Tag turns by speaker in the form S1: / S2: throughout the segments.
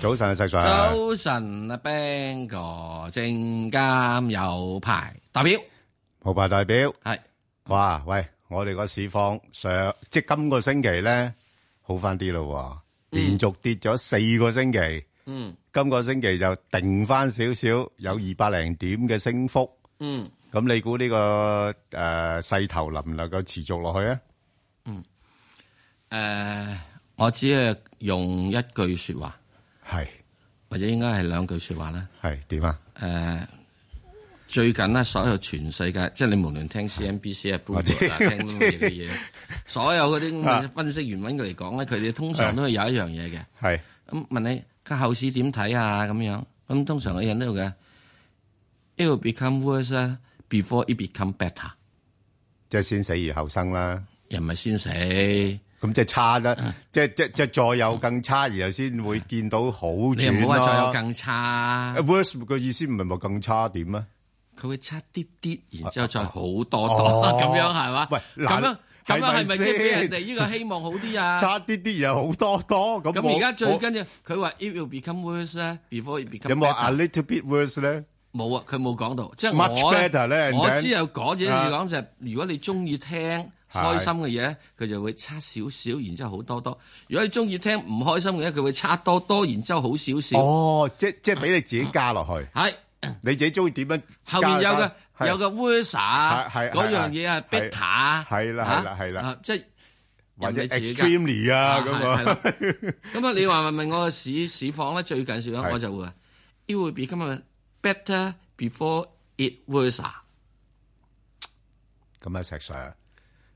S1: 早晨啊，石 Sir。
S2: 早晨啊，Bang 哥，證監有牌代表
S1: 無牌代表
S2: 係
S1: 哇，喂，我哋個市況上即係今個星期咧好翻啲咯喎，連續跌咗四個星期，
S2: 嗯
S1: 今個星期就定翻少少，有二百零點嘅升幅。
S2: 嗯
S1: 咁你估呢個誒勢頭能唔能夠持續落去啊？
S2: 誒，呃我只係用一句説話，
S1: 係
S2: 或者應該係兩句説話啦。
S1: 係點啊？
S2: 誒，最近咧，所有全世界，即係你無論聽 CNBC 啊、Bloomberg 啊、
S1: 我知
S2: 聽乜嘢嘅嘢，所有嗰啲咁嘅分析員揾佢嚟講咧，佢哋通常都係有一樣嘢嘅。
S1: 係
S2: 咁問你個後市點睇啊？咁樣咁通常嘅人都嘅，it will become worse 啊，before it become better，
S1: 即係先死而後生啦。
S2: 又唔係先死。
S1: 咁即係差啦，即係即係即係再有更差，然後先會見到好
S2: 你又
S1: 轉
S2: 唔好話再有
S1: 咯。呃
S2: 更差，
S1: worse 嘅意思唔係咪更差點啊？
S2: 佢會差啲啲，然之後再好多多
S1: 哦
S2: 咁樣係嘛？
S1: 喂
S2: 咁樣咁
S1: 嗱
S2: 樣係咪即係俾
S1: 係咪先
S2: 人哋呢個希望好啲啊？
S1: 差啲啲又好多多咁我。
S2: 咁而家最
S1: 我
S2: 緊要，佢話 it will become worse 咧，before it become
S1: 有冇 a
S2: better。
S1: little bit worse 咧？
S2: 冇啊，佢冇講到，即係
S1: Much
S2: 我
S1: better 咧
S2: 我
S1: and
S2: 只有嗰只
S1: 啊
S2: 講就係，如果你中意聽開心嘅嘢，佢就會差少少，然之後好多多；如果你中意聽唔開心嘅嘢，佢會差多多，然之後好少少。
S1: 哦，即即係俾你自己加落去，
S2: 係
S1: 你自己中意點樣加
S2: 後面有
S1: 加
S2: 個
S1: 係
S2: 有個 versa
S1: 係
S2: 嗰樣嘢啊
S1: 係係
S2: ，beta
S1: 係啦
S2: 啊
S1: 係啦係啦
S2: 啊即係
S1: 或者
S2: 人哋自己加
S1: extremely 啊
S2: 啊
S1: 咁
S2: 係啦
S1: 啊，
S2: 咁啊！你話問問我個市市況咧，最近市況
S1: 係
S2: 我就會話，it will be 今日 better before it worse。
S1: 咁啊石 Sir，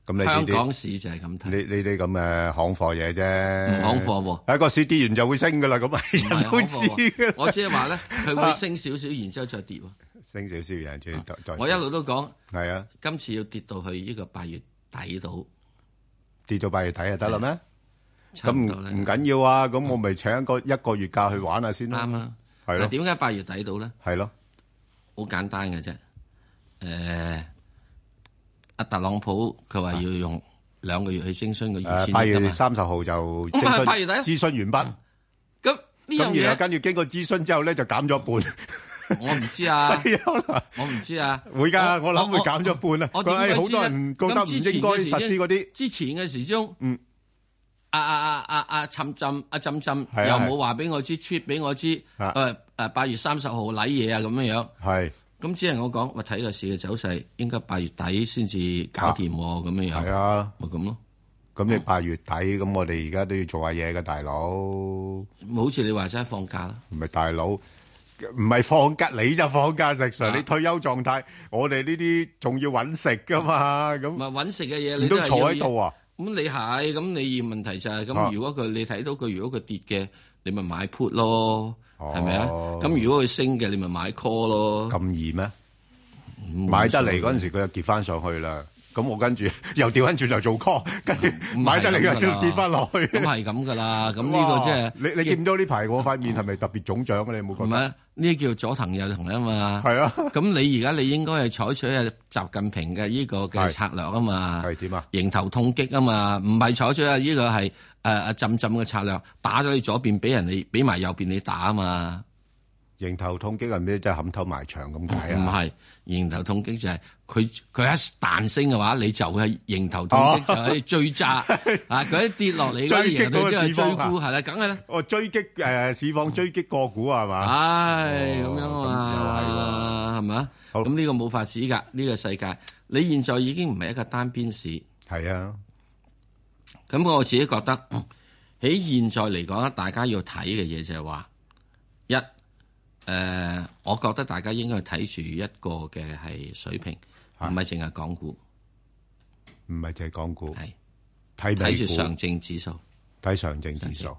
S1: 咁你
S2: 香
S1: 呢啲
S2: 港市就係咁睇
S1: 你。呢啲咁嘅行貨嘢啫，
S2: 唔行貨喎
S1: 喺個市跌完就會升噶啦，咁啊
S2: 唔係
S1: 人 都
S2: 恐怖
S1: 知啊
S2: 喎
S1: 㗎啦
S2: 我只係話咧，佢會升少少，然之後再跌喎。
S1: 升少少人先再再。
S2: 我一路都講，
S1: 係啊，
S2: 今次要跌到去呢個八月底度，
S1: 跌到八月底就得啦咩？
S2: 差
S1: 咁
S2: 唔
S1: 唔
S2: 多咧。
S1: 唔緊要啊，咁我咪請一個一個月假去玩下先咯。
S2: 啱啊。
S1: 係咯
S2: 嗱點解八月底度咧？
S1: 係咯，
S2: 好簡單嘅啫。誒，阿特朗普佢話要用兩個月去徵詢個二
S1: 啊誒
S2: 千
S1: 八
S2: 億㗎
S1: 月
S2: 嘛。
S1: 三十號就
S2: 咁咪
S1: 徵詢
S2: 八月底咯
S1: 諮詢完畢，
S2: 咁
S1: 咁
S2: 呢樣
S1: 然後
S2: 嘢
S1: 跟住經過諮詢之後咧就減 咗一
S2: 我唔知啊，
S1: 半，可能
S2: 我唔知啊。
S1: 會㗎，我諗會減咗一半啊。
S2: 我
S1: 佢
S2: 點
S1: 話
S2: 解
S1: 誒好多人覺得唔應該實施嗰啲，
S2: 之前嘅時鐘，
S1: 嗯，
S2: 啊啊啊啊啊，浸浸啊浸浸，
S1: 係啊
S2: 又冇話俾我知，tweet 俾我知，
S1: 啊
S2: 誒誒八月三十號禮嘢啊咁樣樣，
S1: 係
S2: 咁只能我講，我睇個市嘅走勢，應該八月底先至搞掂喎，咁樣
S1: 係
S2: 樣，
S1: 啊。
S2: 咪咁咯，
S1: 咁你八月底咁，我哋而家都要做下嘢嘅，大佬唔
S2: 好似你話齋放假啦，
S1: 係大佬，唔係放假你就放假，石 Sir 你退休狀態，我哋呢啲仲要揾食噶嘛，咁
S2: 咪揾食嘅嘢
S1: 唔
S2: 你都
S1: 通
S2: 係
S1: 坐
S2: 要
S1: 喺度啊？
S2: 咁你係，咁你問題就係、
S1: 啊
S2: 咁，如果佢你睇到佢如果佢跌嘅，你咪買 put 咯，係咪啊？
S1: 哦
S2: 咁如果佢升嘅，你咪買 call 咯。
S1: 咁易咩？買得嚟嗰陣時，佢又跌翻上去啦。咁我跟住 又掉翻轉頭做 call，跟住
S2: 唔係
S1: 買得嚟
S2: 咁㗎
S1: 又
S2: 啦
S1: 都跌翻落去。
S2: 咁係咁噶啦，咁呢個
S1: 哇
S2: 即係
S1: 你你見唔到呢排我塊面係咪特別腫脹啊？你有冇
S2: 唔
S1: 覺得？
S2: 係呢叫左藤右藤啊嘛。
S1: 係啊，
S2: 咁你而家你應該係採取係習近平嘅呢個嘅
S1: 係
S2: 策略啊嘛，
S1: 係點啊？
S2: 迎頭痛擊啊嘛，唔係採取啊呢個係誒誒浸浸嘅策略，打咗你左邊，俾人哋俾埋右邊你打啊嘛，
S1: 迎頭痛擊係咩？即係冚頭埋牆咁
S2: 唔
S1: 解啊？
S2: 係迎頭痛擊就係佢佢一彈升嘅話，你就係迎頭痛擊就係 追責啊！佢一跌落嚟嗰
S1: 哦追擊
S2: 啲
S1: 嗰
S2: 人
S1: 個
S2: 哋即係
S1: 市
S2: 追
S1: 況啊
S2: 沽係啦，梗係啦，
S1: 我追擊誒市
S2: 嗯
S1: 況追擊個股啊係嘛？
S2: 啊唉，
S1: 哦
S2: 咁樣啊
S1: 咁
S2: 啊嘛，係咪啊？
S1: 好
S2: 咁呢個冇法子㗎，呢個世界你現在已經唔係一個單邊市，
S1: 係啊，
S2: 咁我自己覺得嗯喺現在嚟講，大家要睇嘅嘢就係話一誒、呃我覺得大家應該睇住一個嘅係水平，唔係淨係港股，
S1: 唔係淨係港股，
S2: 係
S1: 睇
S2: 睇
S1: 美
S2: 住
S1: 股，
S2: 上證指數。
S1: 睇上證指數。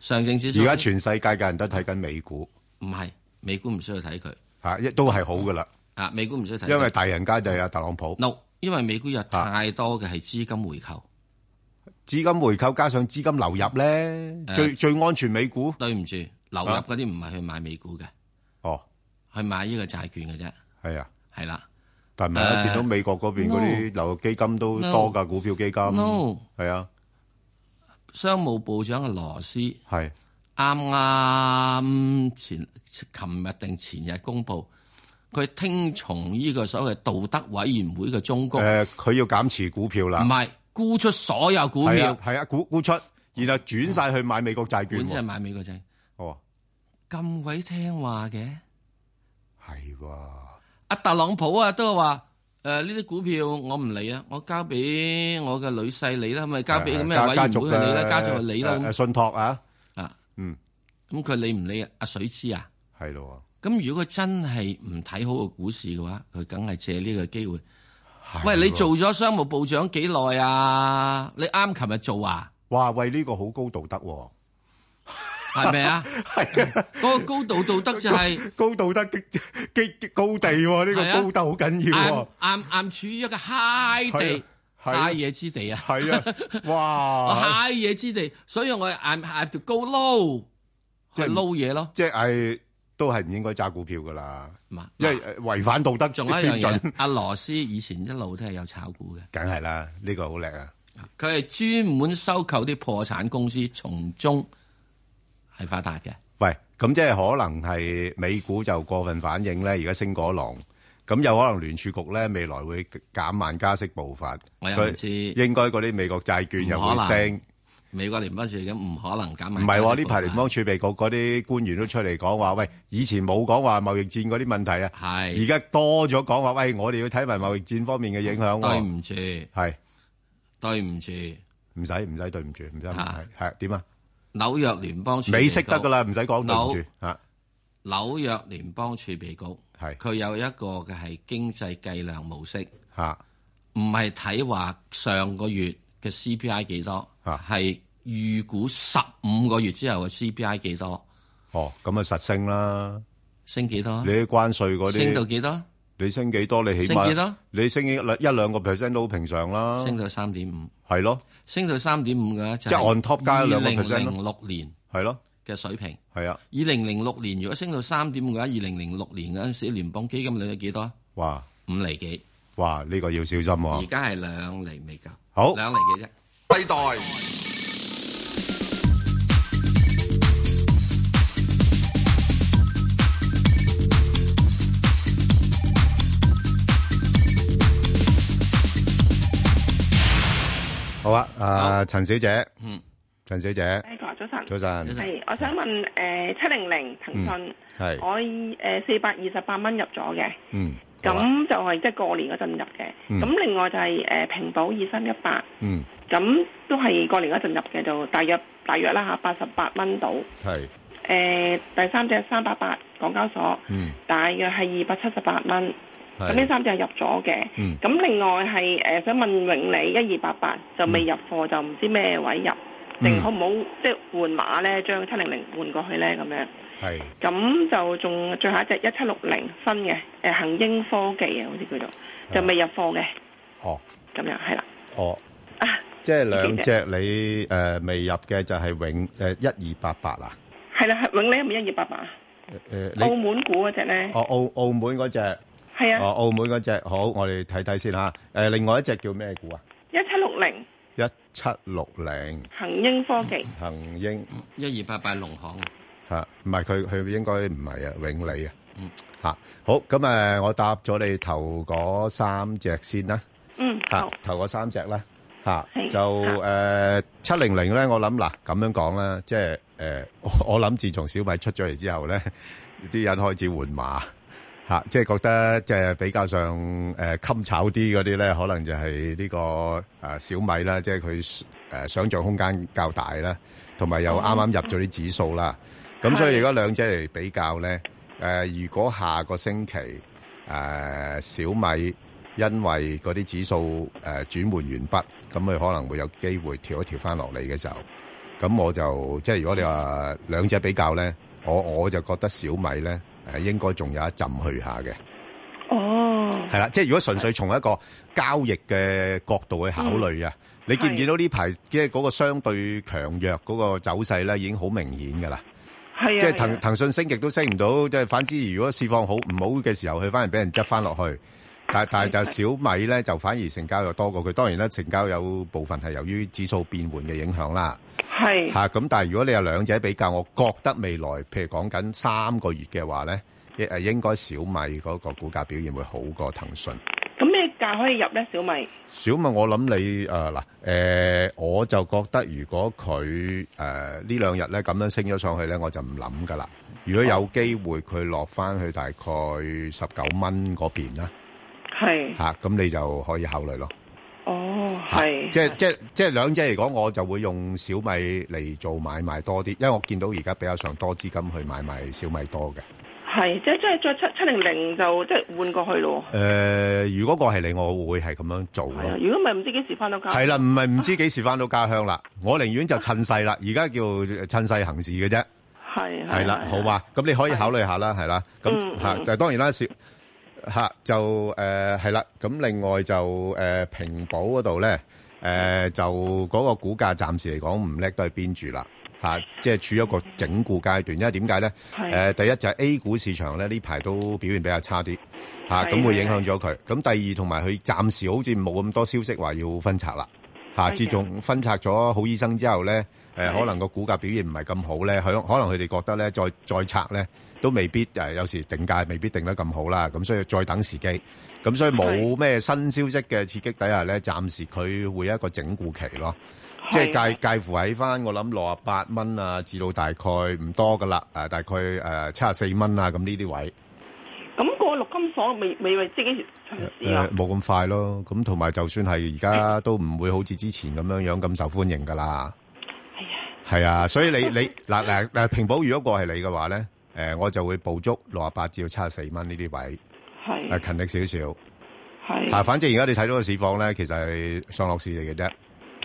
S2: 上證指數
S1: 而家全世界嘅人都睇緊美股，
S2: 唔係美股唔需要睇佢
S1: 吓一都係好噶啦，
S2: 啊，美股唔需要睇佢，
S1: 因為啊大人家就係阿特朗普
S2: no，因為美股有太多嘅係資金回購。
S1: 資金回購加上資金流入咧，最最安全美股。
S2: 對唔住，流入嗰啲唔係去買美股嘅，
S1: 哦，
S2: 去買呢個債券嘅啫，
S1: 係啊，
S2: 係啦。
S1: 但係咪啊
S2: 誒
S1: 見到美國嗰邊嗰啲流入基金都
S2: No
S1: 多㗎，股票基金
S2: No
S1: 係啊，
S2: 商務部長嘅羅斯啱
S1: 係
S2: 啱前琴日定前日公布，佢聽從呢個所謂道德委員會嘅忠告，唔
S1: 誒，佢要減持股票啦，
S2: 係沽出所有股
S1: 係
S2: 票
S1: 啊，，係啊，沽沽出，然後轉晒去買美國債券
S2: 本身係
S1: 喎。
S2: 買美國仔，
S1: 哦，
S2: 咁鬼聽話嘅。
S1: 係喎。
S2: 阿特朗普啊，都話誒呢啲股票我唔理啊，我交俾我嘅女婿你啦，咪交俾咩
S1: 家
S2: 委員會去你
S1: 家族
S2: 啦，
S1: 嘅
S2: 家族去你啦
S1: 誒
S2: 咁
S1: 信託啊，
S2: 啊，
S1: 嗯，
S2: 咁佢理唔理啊？阿水知啊？
S1: 係咯
S2: 咁如果佢真係唔睇好個股市嘅話，佢梗係借呢個機會。
S1: 喎。
S2: 喂，
S1: 係
S2: 你
S1: 喎
S2: 做咗商務部長幾耐啊？你啱琴日做啊？
S1: 哇喂呢個好高道德喎，
S2: 係咪啊？
S1: 係啊
S2: 嗰個高度道德就係
S1: 高道德極極高地喎，呢
S2: 係
S1: 個
S2: 啊
S1: 高得好緊 要
S2: 啱
S1: 喎。
S2: 啱啱處於一個 high
S1: 係
S2: 地
S1: 啊
S2: high 嘢之地啊！
S1: 係 啊，哇！
S2: high 嘢之地，所以我 I'm I have to go low，
S1: 即
S2: 去
S1: 係
S2: low 嘢咯。
S1: 即係都係唔應該揸股票噶啦，
S2: 嘛，
S1: 因為誒違反道德
S2: 仲有一樣
S1: 標準
S2: 嘢，，阿羅斯以前一路都係有炒股嘅，
S1: 梗係啦，呢個好叻啊！
S2: 佢係專門收購啲破產公司，從中係發達嘅。
S1: 喂，咁即係可能係美股就過分反應咧，而家升嗰浪，咁有可能聯儲局咧未來會減慢加息步伐，
S2: 我又唔
S1: 所以
S2: 知
S1: 應該嗰啲美國債券又會升。
S2: 美國聯邦儲咁唔可能減
S1: 唔
S2: 埋。
S1: 係喎，呢排聯邦儲備局嗰啲官員都出嚟講話，喂，以前冇講話貿易戰嗰啲問題啊，而
S2: 係
S1: 家多咗講話，喂，我哋要睇埋貿易戰方面嘅影響
S2: 對
S1: 喎。
S2: 唔住，
S1: 係，
S2: 對唔住，
S1: 唔使唔使對唔住，唔使唔
S2: 啊
S1: 使，係點啊？
S2: 紐約聯邦儲備局
S1: 美息得噶，啦，唔使講對唔住啊。
S2: 紐約聯邦儲備局
S1: 係
S2: 佢有一個嘅係經濟計量模式，
S1: 嚇
S2: 唔係睇話上個月嘅 CPI 幾多，
S1: 啊
S2: 係預估十五個月之後嘅 CPI 幾多，
S1: 哦，咁啊實升啦，
S2: 升幾多啊
S1: 你？啲關税嗰
S2: 升到
S1: 啲，
S2: 幾多？
S1: 你升幾多？你起碼啊
S2: 升幾多
S1: 你升一兩一兩個 percent 都好平常啦，
S2: 升到三點五，
S1: 係咯，
S2: 升到三點五嘅話就
S1: 即係 on top 加兩個 percent
S2: 零
S1: 咯
S2: 零六年
S1: 係咯，
S2: 嘅水平。
S1: 係啊，
S2: 二零零六年如果升到三點五嘅話，二零零六年嗰陣時聯邦基金利率幾多啊？
S1: 哇
S2: 五厘幾，
S1: 哇，呢個要小心
S2: 而
S1: 喎。
S2: 家係兩厘未夠，
S1: 哦好
S2: 兩厘幾啫。
S3: 世代
S1: 好啊，啊
S2: 好
S1: 陳小姐，
S2: 嗯，
S1: 陳小姐，
S4: 誒，早晨，
S1: 早晨，嗯
S2: 晨
S4: 係，我想問誒七零零騰訊，
S1: 係，
S4: 我誒四百二十八蚊入咗嘅，
S1: 嗯，好啊
S4: 咁就係即係過年嗰陣入嘅。
S1: 嗯
S4: 咁另外就係誒平保二三一八，
S1: 嗯，
S4: 咁都係過年嗰陣入嘅，就大約大約啦嚇，八十八蚊到。
S1: 係，
S4: 誒第三隻三百八港交所，
S1: 嗯，
S4: 大約係二百七十八蚊。咁呢
S1: 係，
S4: 三隻係入咗嘅。
S1: 嗯
S4: 咁另外係誒、想問永利一二八八就未入貨，就唔知咩位入，定
S1: 嗯
S4: 好唔好即係換碼咧，將七零零換過去咧咁樣。
S1: 係，
S4: 咁就仲最後一隻一七六零新嘅誒、呃恒英科技啊，好似叫做就未入貨嘅
S1: 哦，
S4: 咁樣係啦。
S1: 哦，
S4: 啊，
S1: 即係兩隻你誒未入嘅就係永誒一二八八啊，
S4: 係啦，係永利係咪一二八八啊？
S1: 誒
S4: 澳
S1: 你
S4: 門股嗰只咧，
S1: 哦澳澳門嗰只。
S4: 係
S1: 哦，
S4: 啊，
S1: 澳門嗰只好，我哋睇睇先吓。誒，另外一隻叫咩股啊？
S4: 一七六零
S1: 一七六零
S4: 恒英科技
S1: 恒英
S2: 一二八八農行啊
S1: 吓，唔係佢佢應該唔係啊，永利啊
S2: 嗯。
S1: 吓，好咁誒，我答咗你頭嗰三隻先啦。
S4: 嗯
S1: 吓
S4: 好，
S1: 頭啊嗰三隻啦。吓，
S4: 係啊
S1: 就誒七零零咧，我諗嗱咁樣講啦，即係誒，我我諗自從小米出咗嚟之後咧，啲人開始換馬。吓、即係覺得即係比較上誒、呃、襟炒啲嗰啲咧，可能就係呢、個誒、呃小米啦，即係佢誒想像空間較大啦，同埋又啱啱入咗啲指數啦。咁所以
S4: 係
S1: 如果兩者嚟比較呃咧，誒、如果下個星期誒、呃小米因為嗰呃啲指數誒轉換完畢，咁佢可能會有機會調一調翻落嚟嘅時候。咁我就即係如果你話兩者比較咧，我我就覺得小米咧誒應該仲有一陣去下嘅。
S4: 哦，
S1: 係啦，即係如果純粹從一個交易嘅角度去考慮啊，你見唔見到呢排即係嗰個相對強弱嗰個走勢咧，已經好明顯㗎啦。
S4: 係啊，
S1: 即係
S4: 係啊
S1: 騰騰訊升極都升唔到，即係反之，如果市況好唔好嘅時候，佢反而俾人執翻落去。但但係就小米咧，就反而成交又多過佢。當然啦，成交有部分係由於指數變換嘅影響啦。
S4: 係
S1: 嚇咁，但係如果你有兩者比較，我覺得未來譬如講緊三個月嘅話咧，亦誒應該小米嗰個股價表現會好過騰訊。
S4: 咁咩價可以入咧？小米
S1: 小米，我諗你誒嗱誒，我就覺得如果佢誒呢兩日咧咁樣升咗上去咧，我就唔諗噶啦。如果有機會佢落翻去大概十九蚊嗰邊啦，
S4: 係
S1: 嚇、咁你就可以考慮咯。
S4: 哦，
S1: 嚇
S4: 係
S1: 啊即係即係即係兩者嚟講，我就會用小米嚟做買賣多啲，因為我見到而家比較上多資金去買賣小米多嘅。
S4: 係即係即係再七七零零就即係換過去咯。
S1: 誒、如果我係你，我會係咁樣做
S4: 係
S1: 咯
S4: 啊，。如果唔係唔知幾時翻到家。
S1: 系啦，唔係唔知幾時翻到家鄉啦。我寧願就趁勢啦，而家叫趁勢行事嘅啫。
S4: 係，係
S1: 係啦，好嘛，咁你可以考慮下啦，係啦。咁
S4: 嗯
S1: 吓，
S4: 嗯
S1: 但係當然啦，少吓就诶係啦。咁另外就诶平保嗰度咧，诶就嗰個股價暫時嚟講唔叻都係邊住啦。吓，即係處於一個整固階段，因為點解咧？
S4: 係
S1: 誒，第一就係 A 股市場咧呢排都表現比較差啲嚇，
S4: 係
S1: 咁會
S4: 係
S1: 影響咗佢。咁第二同埋佢暫時好似冇咁多消息話要分拆啦嚇。
S4: 係嘅
S1: 自從分拆咗好醫生之後咧，誒
S4: 係
S1: 可能個股價表現唔係咁好咧，佢可能佢哋覺得咧再再拆咧都未必誒，有時定價未必定得咁好啦。咁所以再等時機。咁所以冇咩新消息嘅刺激底下咧，暫時佢會有一個整固期咯。即係啊介介乎喺翻，我諗六啊八蚊啊，至到大概唔多噶啦，啊誒大概誒七啊四蚊啊，咁呢啲位
S4: 咁個六金所未未為即係幾時上市
S1: 誒
S4: 啊？
S1: 呃冇咁快咯。咁同埋就算係而 家都唔會好似之前咁樣樣咁受歡迎噶啦。係啊，所以你你嗱嗱嗱平保，如果過係你嘅話咧，誒我就會捕捉六啊八至到七啊四蚊呢啲位，誒
S4: 係
S1: 勤力少少。嚇，
S4: 係
S1: 反正而家你睇到個市況咧，其實係上落市嚟嘅啫。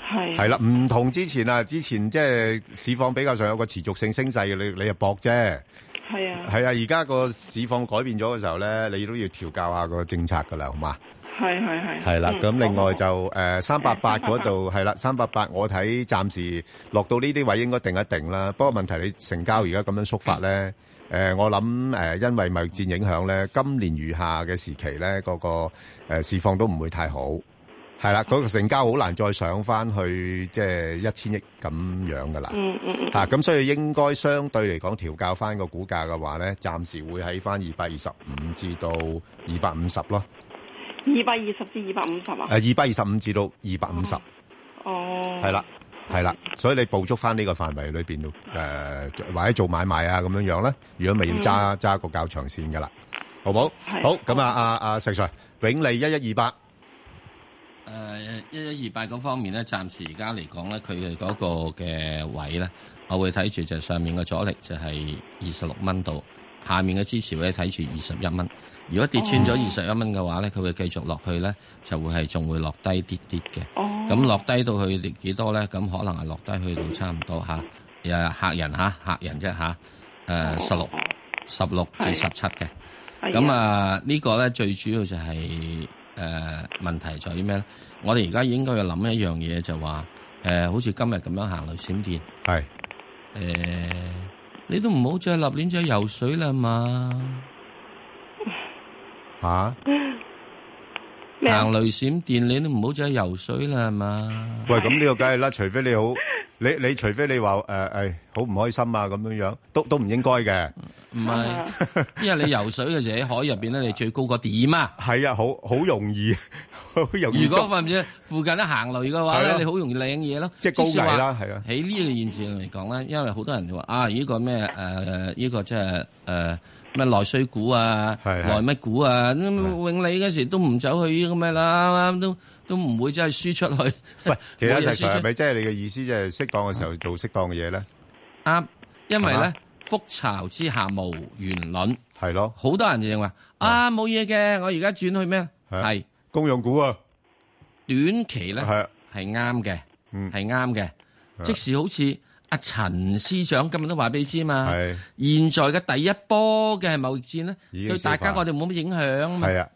S4: 係
S1: 係啦，唔同之前啊，之前即係市況比較上有個持續性升勢嘅，你你又搏啫。
S4: 係啊
S1: 係啊，而家個市況改變咗嘅時候咧，你都要調教下個政策㗎啦，好嘛？
S4: 係係係
S1: 係啦，
S4: 嗯
S1: 咁另外
S4: 好
S1: 就誒三八八嗰 度係啦，三八八我睇暫時落到呢啲位應該定一定啦。不過問題你成交而家咁樣縮法咧，誒我諗誒因為貿易戰影響咧，今年餘下嘅時期咧，嗰個誒市況都唔會太好。係啦，嗰個成交好難再上翻去即係一千億咁樣㗎啦。
S4: 嗯嗯嗯
S1: 吓，咁所以應該相對嚟講調校翻個股價嘅話咧，暫時會喺翻二百二十五至到二百五十咯，
S4: 二百二十至二百五十啊？
S1: 誒二百二十五至到二百五十，
S4: 哦，
S1: 係啦，係啦，所以你捕捉翻呢個範圍裏邊誒，或者做買賣啊咁樣樣咧，如果咪要揸揸個較長線噶啦，好冇？
S4: 係
S1: 好，咁啊啊啊石 Sir，永利一一二八，
S2: 誒呃一一二八嗰方面咧，暫時而家嚟講咧，佢嘅嗰個嘅位咧，我會睇住就上面嘅阻力就係二十六蚊度，下面嘅支持位睇住二十一蚊。如果跌穿咗二十一蚊嘅話咧，佢會繼續落去咧，就會係仲會落低啲啲嘅。
S4: 哦，
S2: 咁落低到去幾多咧？咁可能係落低去到差唔多嚇，誒客人嚇客人啫嚇，呃誒十六十六至十七嘅。
S4: 係
S2: 咁，啊，呢個咧最主要就係、誒、呃、問題在於咩咧？我哋而家應該要諗一樣嘢，就話誒、呃好似今日咁樣行雷閃電，誒、呃
S1: 係
S2: 你都唔好再立亂再游水啦嘛！
S1: 吓，
S4: 咩啊
S2: 行雷閃電，你都唔好再游水啦嘛！
S1: 喂，咁呢個梗係啦，除非你好，你你除非你話誒誒好唔開心啊咁樣樣，都都唔應該嘅。
S2: 唔係，因為你游水嘅時候喺海入邊咧，你最高個點啊！
S1: 係啊，好 好容易，好容易
S2: 如果
S1: 捉
S2: 或者附近一行雷嘅話
S1: 係
S2: 咧，
S1: 咯
S2: 你好容易領嘢咯。
S1: 即係高危啦
S2: 即使話
S1: 係啦
S2: 喺呢個現象嚟講咧，因為好多人就話啊，呢個咩誒呢個即係誒咩內需股啊，
S1: 係係
S2: 內乜股啊，咁永利嗰時都唔走去呢個咩啦，都都唔會真係輸出去。
S1: 喂，其實
S2: 冇嘢
S1: 石 Sir
S2: 輸
S1: 係
S2: 出
S1: 咪即係你嘅意思，即係適當嘅時候做適當嘅嘢咧？
S2: 啱，啊因為
S1: 係嘛
S2: 咧覆巢之下無完卵，
S1: 係咯，
S2: 好多人就認為啊冇嘢嘅，我而家轉去咩？啊
S1: 係
S2: 係
S1: 公用股啊，
S2: 短期咧。
S1: 係啊
S2: 係啱嘅，
S1: 嗯啊
S2: 係啱嘅。即使好似阿陳司長今日都話俾你知嘛，
S1: 係
S2: 現在嘅第一波嘅貿易戰咧，
S1: 已經
S2: 對大
S1: 消
S2: 家
S1: 化
S2: 我哋冇乜影響嘛，
S1: 係啊，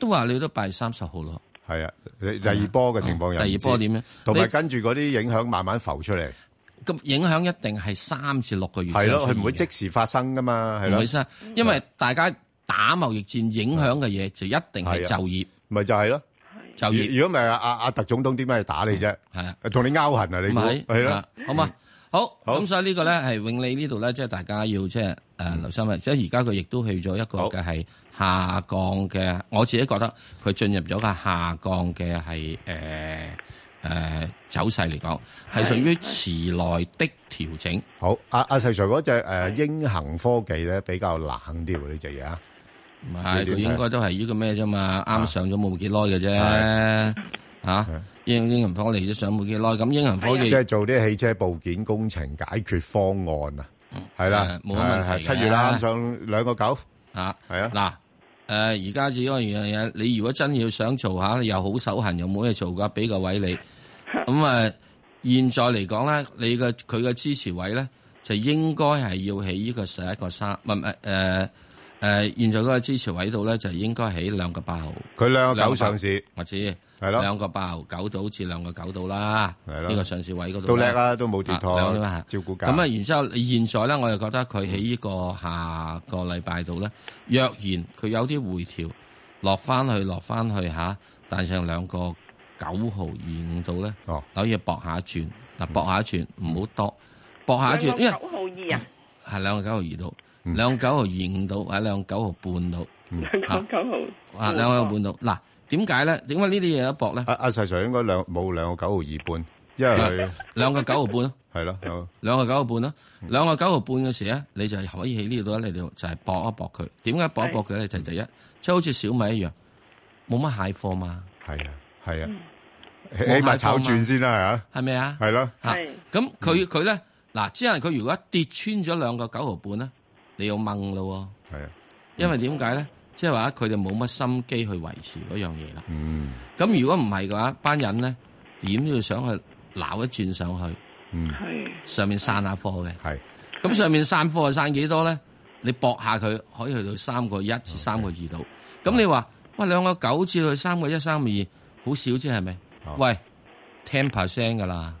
S2: 都話你都八月三十號咯。
S1: 係啊，你第二波嘅情況又唔
S2: 嗯第二
S1: 知
S2: 波點咧？
S1: 同埋
S2: 你
S1: 跟住嗰啲影響慢慢浮出嚟，
S2: 咁影響一定係三至六個月。
S1: 係咯，佢唔會即時發生噶嘛，係
S2: 唔
S1: 咯嗯
S2: 會，生，因為大家打貿易戰影響嘅嘢就一定係
S1: 係啊
S2: 就業，
S1: 咪就係咯。
S2: 就
S1: 如
S2: 業
S1: 如果唔係阿阿阿特總統點解要打你啫？
S2: 係啊。
S1: 同你拗痕啊！你
S2: 唔
S1: 估
S2: 係
S1: 係咯
S2: 啊？好嘛？好
S1: 好
S2: 咁，所以呢個咧係永利呢度咧，即係大家要即係誒留心啊！即係而家佢亦都去咗一個
S1: 嗯好
S2: 嘅係下降嘅，我自己覺得佢進入咗個下降嘅係誒誒走勢嚟講，係屬於遲來的調整。
S1: 好，阿阿細 Sir 嗰只誒英恒科技咧比較冷啲喎，呢只嘢啊，
S2: 唔係
S1: 你點
S2: 佢
S1: 睇
S2: 應該都係呢個咩啫嘛？
S1: 啊
S2: 啱上咗冇幾耐嘅啫嚇。英英銀科技都上冇幾耐，咁英銀科技
S1: 即係做啲汽車部件工程解決方案啊，係啦
S2: 嗯誒，冇乜問題
S1: 誒
S2: 嘅
S1: 七月啦，啱上兩個九，
S2: 啊，
S1: 係啊
S2: 嗱，誒而家只嗰樣嘢，你如果真要想做下，又好手痕，又冇嘢做噶，俾個位你。 咁啊，現在嚟講咧，你嘅佢嘅支持位咧，就應該係要喺呢個十一個三，唔係唔係誒誒，現在嗰個支持位度咧，就應該喺兩個八毫，
S1: 佢兩個九上市，
S2: 我知
S1: 係咯
S2: 兩個八毫九到至兩個九到啦，
S1: 係咯
S2: 呢個上市位嗰度
S1: 都叻
S2: 啦
S1: 啦，都冇跌
S2: 啊兩點
S1: 妥
S2: 啊，
S1: 照顧價。
S2: 咁啊，然之後你現在咧，我又覺得佢喺呢個下個禮拜度咧，若然佢有啲回調，落翻去落翻去嚇，但上兩個九毫二五度咧，
S1: 哦，
S2: 可以搏下一轉，嗱搏下一轉，唔好多，搏下一轉，因為
S4: 兩個九毫二啊，
S2: 係兩個九毫二度，兩個九毫二五度，或者兩個九毫半度，
S4: 兩個九毫
S2: 啊兩個九毫半度，嗱點解咧？點解呢啲嘢一搏咧？
S1: 阿阿細 Sir 應該兩冇兩個九毫二半，因為佢
S2: 兩個九毫半咯。
S1: 係咯哦有，
S2: 兩個九毫半咯，兩個九毫半嘅時咧，你就可以喺呢度咧，你就就係搏一搏佢。點解搏一搏佢咧？就第一，即係好似小米一樣，冇乜蟹貨嘛，
S1: 係啊係啊，起
S2: 嗯冇啊
S1: 起碼炒
S2: 蟹貨嘛
S1: 轉先啦，
S2: 係咪啊
S1: 係？啊，係咯，
S2: 嚇
S4: 係
S2: 咁佢佢咧嗱，只係佢如果一跌穿咗兩個九毫半咧，你要掹咯
S1: 係啊，
S2: 喎，因為點解咧？即係話佢哋冇乜心機去維持嗰樣嘢啦。
S1: 嗯
S2: 咁如果唔係嘅話，班人咧點都要想去鬧一轉上去，
S1: 嗯
S4: 係
S2: 上面散下貨嘅。
S1: 係。
S2: 咁上面散貨係散幾多咧？你搏下佢可以去到三個一
S1: 哦
S2: 至三個二度。咁你話喂兩個九至到三個一、三個二，好少啫係咪
S1: 哦？
S2: 喂，ten percent 㗎啦，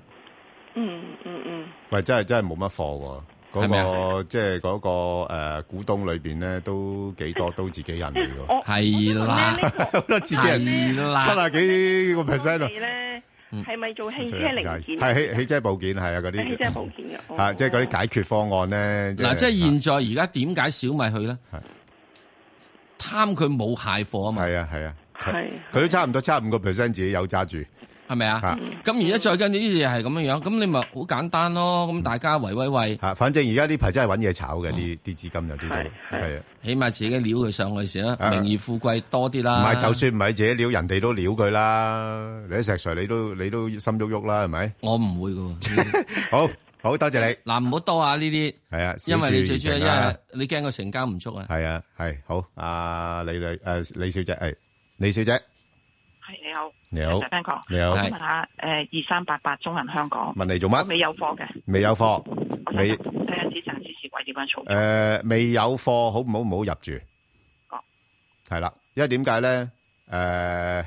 S4: 嗯嗯嗯
S1: 喂，真係真係冇乜貨喎，嗰、
S2: 係咪啊
S1: 個即係嗰個誒股東裏邊咧，都幾 多都自己人嚟
S4: 我
S1: 喎，
S2: 係啦，
S1: 好多自己人，
S2: 係
S1: 七
S2: 啦，
S1: 啊幾個 percent 啊，
S4: 咧，係咪做汽車零件？
S1: 係汽汽車部件係啊嗰
S4: 汽車
S1: 啲，
S4: 部件嘅，
S1: 嚇即係嗰啲解決方案咧，
S2: 哦嗱，即係現在而家點解小米去咧
S1: 啊係？
S2: 貪佢冇蟹貨啊嘛，
S1: 係啊係啊，係
S4: 係
S1: 佢都差唔多七五個 percent 自己有揸住，
S2: 係咪啊
S1: 嚇？
S2: 咁而家再跟住呢啲嘢係咁樣樣，咁你咪好簡單咯。
S1: 嗯
S2: 咁大家圍圍圍，
S1: 嚇，反正而家呢排真係揾嘢炒嘅，
S2: 嗯
S1: 啲啲資金有啲
S4: 係
S1: 都係啊。
S2: 起碼自己撩佢上去先啦，
S1: 啊
S2: 名義富貴多啲啦。
S1: 唔係，就算唔係自己撩，人哋都撩佢啦。你喺石Sir，你都-你都心喐喐啦，係咪？好，
S2: 我唔會㗎喎。
S1: 好，多謝你。係啊，
S2: 嗱，唔好多啊呢啲，因為你最主要，
S1: 小注怡情
S2: 因
S1: 啦。啊
S2: 為你驚個成交唔足啊。
S1: 係啊，係，好，啊，李女-誒，李小姐，係。李小姐，你好，
S5: 系你好，
S1: 你好
S5: 大 Ben 哥，
S1: 你好，
S5: 我
S2: 係
S5: 想问下，诶二三八八中银香港，
S1: 問你做乜？
S5: 我未有货嘅，我想
S1: 未-
S5: 睇下指暫指示位點樣操作，
S1: 誒，未有貨，好唔好-
S5: 哦。
S1: 唔好入住。係啦，因為點解呢？誒，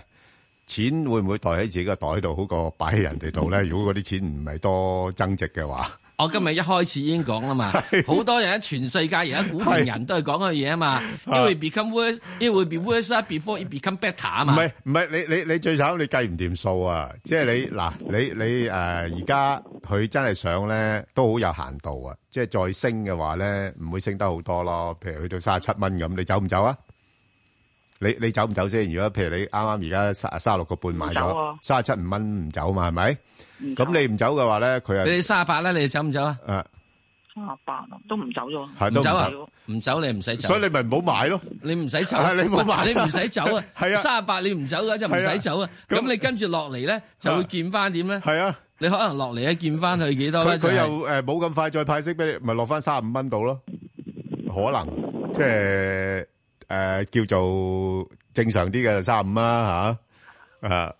S1: 錢會唔會袋喺自己個袋度，好過擺喺人哋度呢？如果嗰啲錢唔係多增值嘅話。
S2: 我今日一開始已經講啦嘛，好多人喺全世界而家股評人都係講佢嘢啊嘛，it will become worse, it will be worse before it become better 啊
S1: 唔
S2: 嘛。
S1: 係唔係，你你你最慘，你計唔掂數啊！即係你嗱，你你誒而家佢真係上咧，都好有限度啊！即係再升嘅話咧，唔會升得好多咯。譬如去到三十七蚊咁，你走唔走啊？你你走唔走先？如果譬如你啱啱而家三三十六個半買
S5: 唔走
S1: 咗
S5: 啊，
S1: 三十七五蚊唔走嘛，係咪？
S5: 唔走
S1: 咁你唔走嘅話咧，佢
S2: 你
S1: 係
S2: 哋三十八啦，你哋走唔走啊？
S1: 誒
S5: 啊八都唔走咗，
S1: 係
S2: 唔
S1: 都唔
S2: 走啊
S1: 走，
S2: 唔走你唔使走
S1: 所以，你咪唔好買咯。
S2: 你唔使走，啊
S1: 係你冇買
S2: 你唔使走啊。
S1: 係啊
S2: 三十八你唔走嘅就唔
S1: 係啊
S2: 使走啊。
S1: 咁
S2: 咁你跟住落嚟咧，就會見翻點咧？
S1: 係啊，
S2: 你可能落嚟咧見翻去幾多
S1: 佢
S2: 咧？
S1: 佢
S2: 就係
S1: 又誒冇咁快再派息俾你，咪落翻三十五蚊度咯。可能即係呃誒叫做正常啲嘅三十五啦嚇，啊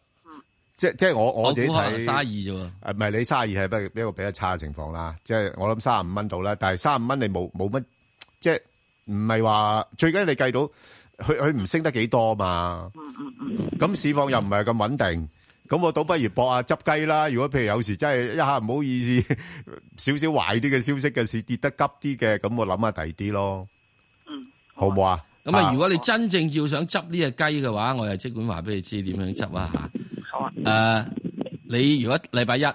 S1: 即即係我我
S2: 我
S1: 自己
S2: 估可能
S1: 睇
S2: 沙二啫
S1: 誒
S2: 喎。
S1: 唔係你三十二係比比一個比較差嘅情況啦，即係我諗三十五蚊到啦，但係三十五蚊你冇冇乜，即係唔係話最緊要你計到佢佢唔升得幾多啊嘛？咁市況又唔係咁穩定，咁我倒不如搏下執雞啦。如果譬如有時真係一下唔好意思，少少壞啲嘅消息嘅市跌得急啲嘅，咁我諗下第二啲咯，
S5: 嗯，
S1: 好唔好啊？
S2: 咁啊，如果你真正要想執呢只雞嘅話，我又即管話俾你知點樣執啊吓。
S5: 好啊，
S2: 誒、你如果禮拜一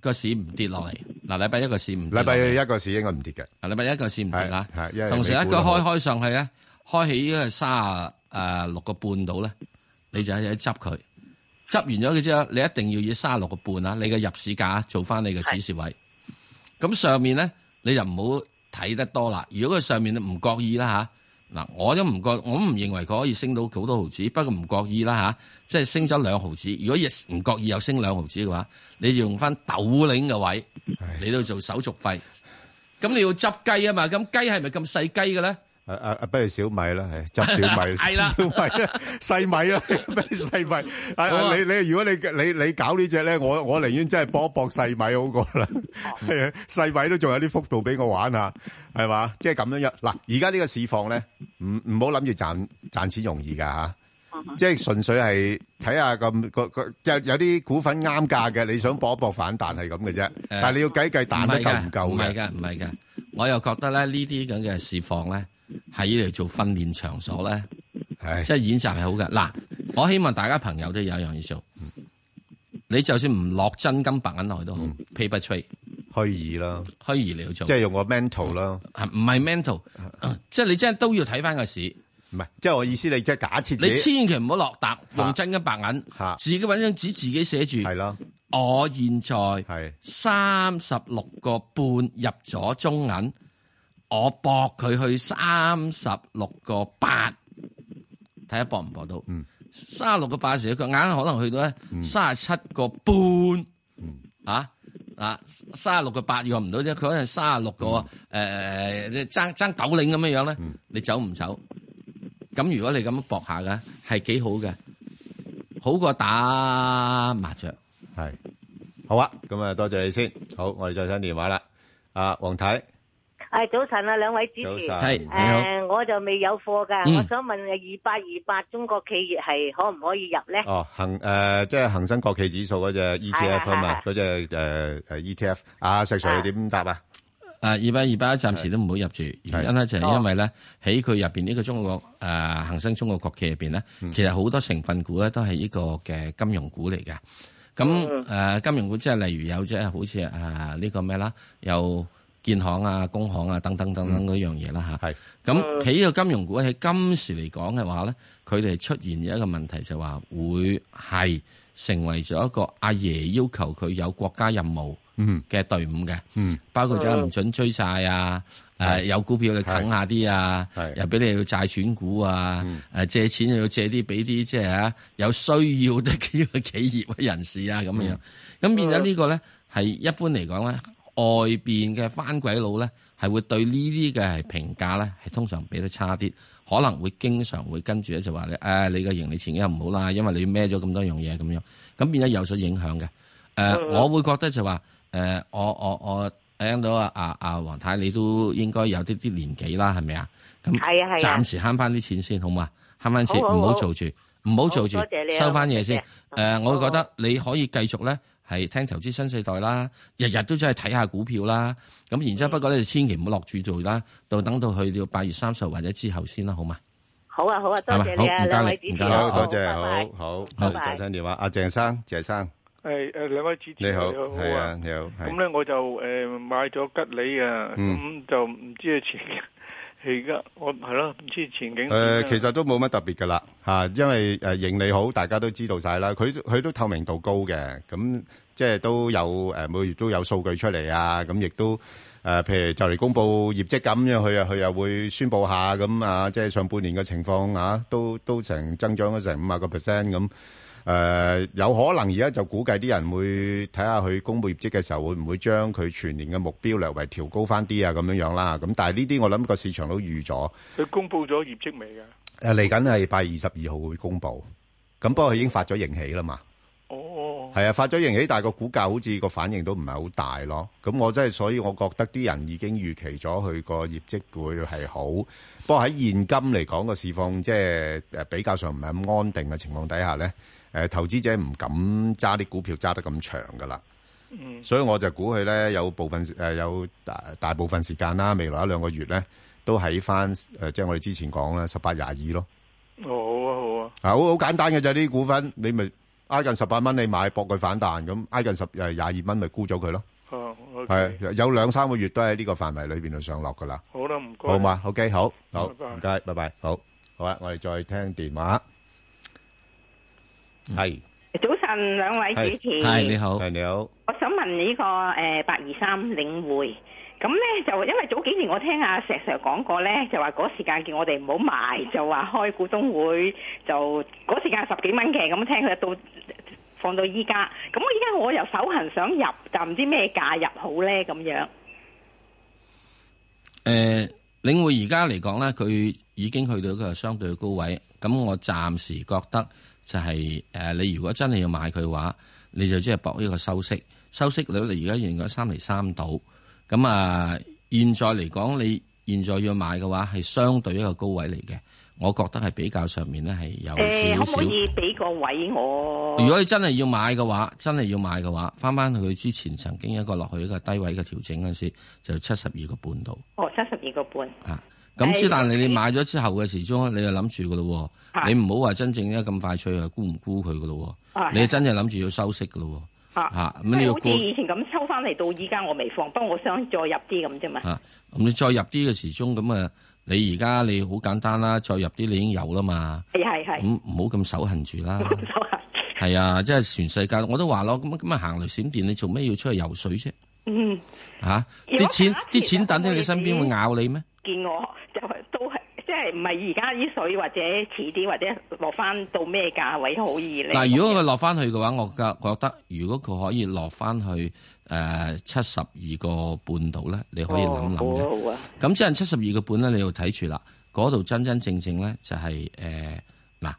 S2: 個市唔跌落嚟，嗱禮拜一個市唔跌落
S1: 禮
S2: 嚟
S1: 拜一個市應該唔跌嘅，
S2: 啊禮拜一個市唔跌啦，
S1: 係係因為
S2: 同時一
S1: 美股
S2: 個
S1: 都好
S2: 開開上去咧，開起呢個卅誒呃六個半度咧，你就係執佢，執完咗佢之後，你一定要以卅六個半啊，你嘅入市價做翻你嘅指示位。咁上面咧你就唔好睇得多啦。如果佢上面唔覺意啦吓，嗱我都唔覺，我唔認為佢可以升到好多毫子，不過唔覺意啦吓，即係升咗兩毫子。如果亦唔覺意又升兩毫子嘅話，你就用翻豆領嘅位嚟到做手續費。咁你要執雞啊嘛，咁雞係咪咁細雞嘅咧？
S1: 啊啊啊！不如小米啦，係執小米，
S2: 係啦
S1: 小米啦，細米啦，不如細米。啊
S2: 好
S1: 啊！
S2: 啊
S1: 你你如果你你你搞呢只咧，我我寧願真係搏一搏細米好過啦。係啊，細米都仲有啲幅度俾我玩下，係嘛？即係咁樣樣。嗱，而家呢個市況咧，唔唔好諗住賺賺錢容易㗎吓。即係純粹係睇下咁個個有有啲股份啱價嘅，你想搏一搏反彈係咁嘅啫。但係你要計計彈得夠唔夠
S2: 唔
S1: 嘅。
S2: 係㗎，唔係㗎。我又覺得咧，呢啲咁嘅市況咧，喺嚟做訓練場所咧，
S1: 唉
S2: 即係演習係好嘅。嗱，我希望大家朋友都有一樣嘢做，你就算唔落真金白銀落去都好，paper trade
S1: 虛擬啦，
S2: 虛擬嚟做，
S1: 嗯即係用啊個 mental 啦。
S2: 係唔係 mental？即係你真係都要睇翻個市。
S1: 唔係，即係我意思，你即係假設自
S2: 你
S1: 己
S2: 千祈唔好落踏，
S1: 嚇
S2: 用真金白銀
S1: 嚇，
S2: 自己揾張紙自己寫住
S1: 係。咯，
S2: 我現在
S1: 係
S2: 三十六個半入咗中銀，我搏佢去三十六個八，睇下搏唔搏到。三十六個八時，佢硬可能去到咧三十七個半，啊啊三十六個八用唔到啫，佢可能三十六個誒爭爭斗領咁樣樣咧，你走唔走？咁如果你咁樣搏下嘅，係幾好嘅，好過打麻雀。
S1: 係好啊。咁啊，多謝你先。好，我哋再聽電話啦。啊，黃太，
S6: 系早晨啊，兩位主
S1: 早
S6: 持。
S1: 晨。
S2: 係你好
S6: 诶、我就未有貨㗎，
S2: 嗯
S6: 我想問二八二八中國企業係可唔可以入咧？
S1: 哦，恒誒，即係恒生國企指數嗰只 ETF 啊嘛，
S6: 係係
S1: 啊嗰只誒誒 ETF。啊，石 Sir
S6: 係
S1: 你點答啊？
S2: 啊，二百二百暫時都唔好入住，原因咧就
S6: 哦
S2: 係因為咧喺佢入邊呢個中國誒恒生中國國企入邊咧，其實好多成分股咧都係呢個嘅金融股嚟嘅。
S6: 嗯
S2: 咁誒金融股即係例如有即係好似誒呢個咩啦，有建行啊、工行啊等等等等嗰樣嘢
S1: 係
S2: 啦嚇。
S1: 呃
S2: 咁喺呢個金融股喺今時嚟講嘅話咧，佢哋出現有一個問題就話會係成為咗一個阿爺要求佢有國家任務
S1: 嗯
S2: 嘅隊伍嘅。
S1: 嗯，
S2: 包括咗唔准追晒啊，誒有股票你啃下啲啊
S1: 係，
S2: 又俾你要債轉股啊，誒借錢又要借啲俾啲即係啊有需要嘅呢個企業人士啊咁樣，咁變咗呢個咧係一般嚟講咧，外邊嘅翻鬼佬咧係會對呢啲嘅係評價咧係通常俾得差啲。可能會經常會跟住咧就話你，誒、你個盈利前景又唔好啦，因為你孭咗咁多樣嘢咁樣，咁變咗有所影響嘅。誒、我會覺得就話，誒、我我我聽到啊啊啊黃太，你都應該有啲啲年紀啦，係咪啊？咁
S6: 係啊係啊
S2: 暫時慳翻啲錢先，好嘛？慳翻錢，
S6: 好好
S2: 唔好
S6: 好
S2: 做住，唔好做住
S6: 好多謝，你啊
S2: 收翻嘢先。誒、
S6: 多謝
S2: 我會覺得你可以繼續咧。係聽投資新世代啦，日日都真係睇下股票啦。咁然之後，不過咧，千祈唔好落注做啦，到等到去到八月三十或者之後先啦，好嘛？
S6: 好啊，好啊，多謝
S2: 好
S6: 你啊，
S2: 唔該
S6: 兩
S2: 你
S6: 位主持。啊
S2: 唔該你
S1: 好
S2: 好
S1: 多謝，
S6: 拜拜
S1: 好好，
S6: 拜
S1: 我
S6: 拜
S1: 哋再聽電話。阿鄭生，鄭生
S7: 诶诶，两位主持
S1: 你好，係
S7: 係
S1: 啊，你好，
S7: 咁
S1: 係
S7: 咧我就诶买咗吉利啊，
S1: 嗯
S7: 咁就唔知佢前景，而家我係咯，唔知前景點啊。
S1: 誒，其實都冇乜特別噶啦嚇，因為誒盈利好，大家都知道晒啦。佢佢都透明度高嘅，咁即係都有誒每個月都有數據出嚟啊，咁亦都誒譬如就嚟公佈業績咁樣，佢又佢又會宣佈下咁啊，即係上半年嘅情況啊，都都成增長咗成五啊個 percent 咁。誒、有可能而家就估計啲人會睇下佢公佈業績嘅時候，會唔會將佢全年嘅目標略為調高翻啲啊咁樣樣啦。咁但係呢啲我諗個市場都預咗。
S7: 佢公布咗業績未㗎？
S1: 呃誒嚟緊係八月二十二號會公布，咁不過佢已經發咗盈喜啦嘛，
S7: 哦，
S1: 系啊，發咗盈喜，但係個股價好似個反應都唔係好大咯。咁我真係，所以我覺得啲人已經預期咗佢個業績會係好。不過喺現今嚟講個市況，即係誒比較上唔係咁安定嘅情況底下咧，誒、投資者唔敢揸啲股票揸得咁長噶啦。
S7: 嗯，
S1: 所以我就估佢咧有部分誒、呃有大大部分時間啦，未來一兩個月咧都喺翻誒，即係我哋之前講啦，十八廿二咯。
S7: 好啊好啊，
S1: 啊，好好簡單嘅就係呢啲股份，你咪挨近十八蚊你買，搏佢反彈咁，挨近十誒廿二蚊咪沽咗佢咯。
S7: 啊，OK，
S1: 係有兩三個月都喺呢個範圍裏邊度上落噶啦，
S7: 好啦，唔該，
S1: 好嘛？OK，好，好，
S7: 拜拜
S1: 唔該，拜拜，好，好啦，我哋再聽電話，係
S4: 早晨，兩位主持，
S2: 系你好，
S1: 係你好，
S4: 我想問呢、個誒八二三領匯，咁咧就因為早幾年我聽阿石 Sir 講過咧，就話嗰時間叫我哋唔好賣，就話開股東會，就嗰時間十幾蚊嘅，咁聽佢到放到依家，咁我依家我又手痕想入，但唔知咩價入好咧咁樣。
S2: 誒、領匯而家嚟講咧，佢已經去到一個相對嘅高位。咁我暫時覺得就係、呃你如果真係要買佢嘅話，你就即係搏呢個收息。收息率你而家現咗三厘三度。咁啊，現在嚟講，你現在要買嘅話係相對一個高位嚟嘅，我覺得係比較上面咧係
S4: 誒、可
S2: 有
S4: 唔
S2: 少少。
S4: 可以俾個位我？
S2: 如果你真係要買嘅話，真係要買嘅話，翻翻去佢之前曾經一個落去一個低位嘅調整嗰陣時，就七十二個半度。
S4: 哦七十二個半，
S2: 啊。咁之但你你買咗之後嘅時鐘，你就諗住噶咯
S4: 啊
S2: 喎，你唔好話真正咧咁快脆啊，沽唔沽佢噶咯
S4: 啊
S2: 喎，你真係諗住要收息噶咯
S4: 嚇、
S2: 喎，嚇
S4: 啊
S2: 啊
S4: 因
S2: 咁你
S4: 為
S2: 要
S4: 好似
S2: 沽
S4: 以前咁抽翻嚟到依家我未放，不過我想再入啲咁啫嘛。
S2: 嚇，咁你再入啲嘅時鐘咁啊，你而家你好簡單啦，再入啲你已經有啦嘛，
S4: 係係係
S2: 咁。唔好咁手痕住 啦，
S4: 手痕
S2: 係啊，即係全世界我都話咯，咁咁啊行雷閃電，你做咩要出去游水啫？
S4: 嗯，
S2: 嚇，
S4: 如果
S2: 啲錢
S4: 假設
S2: 啲錢等喺你身邊會咬你咩？
S4: 見我就係都係即係唔係而家啲水或者遲啲或者落翻到咩價位可以咧？
S2: 嗱，如果佢落翻去嘅話，我覺覺得如果佢可以落翻去誒七十二個半度咧，你可以諗諗嘅。
S4: 哦好啊，
S2: 咁即係七十二個半咧，你要睇住啦。嗰度真真正正咧就係誒嗱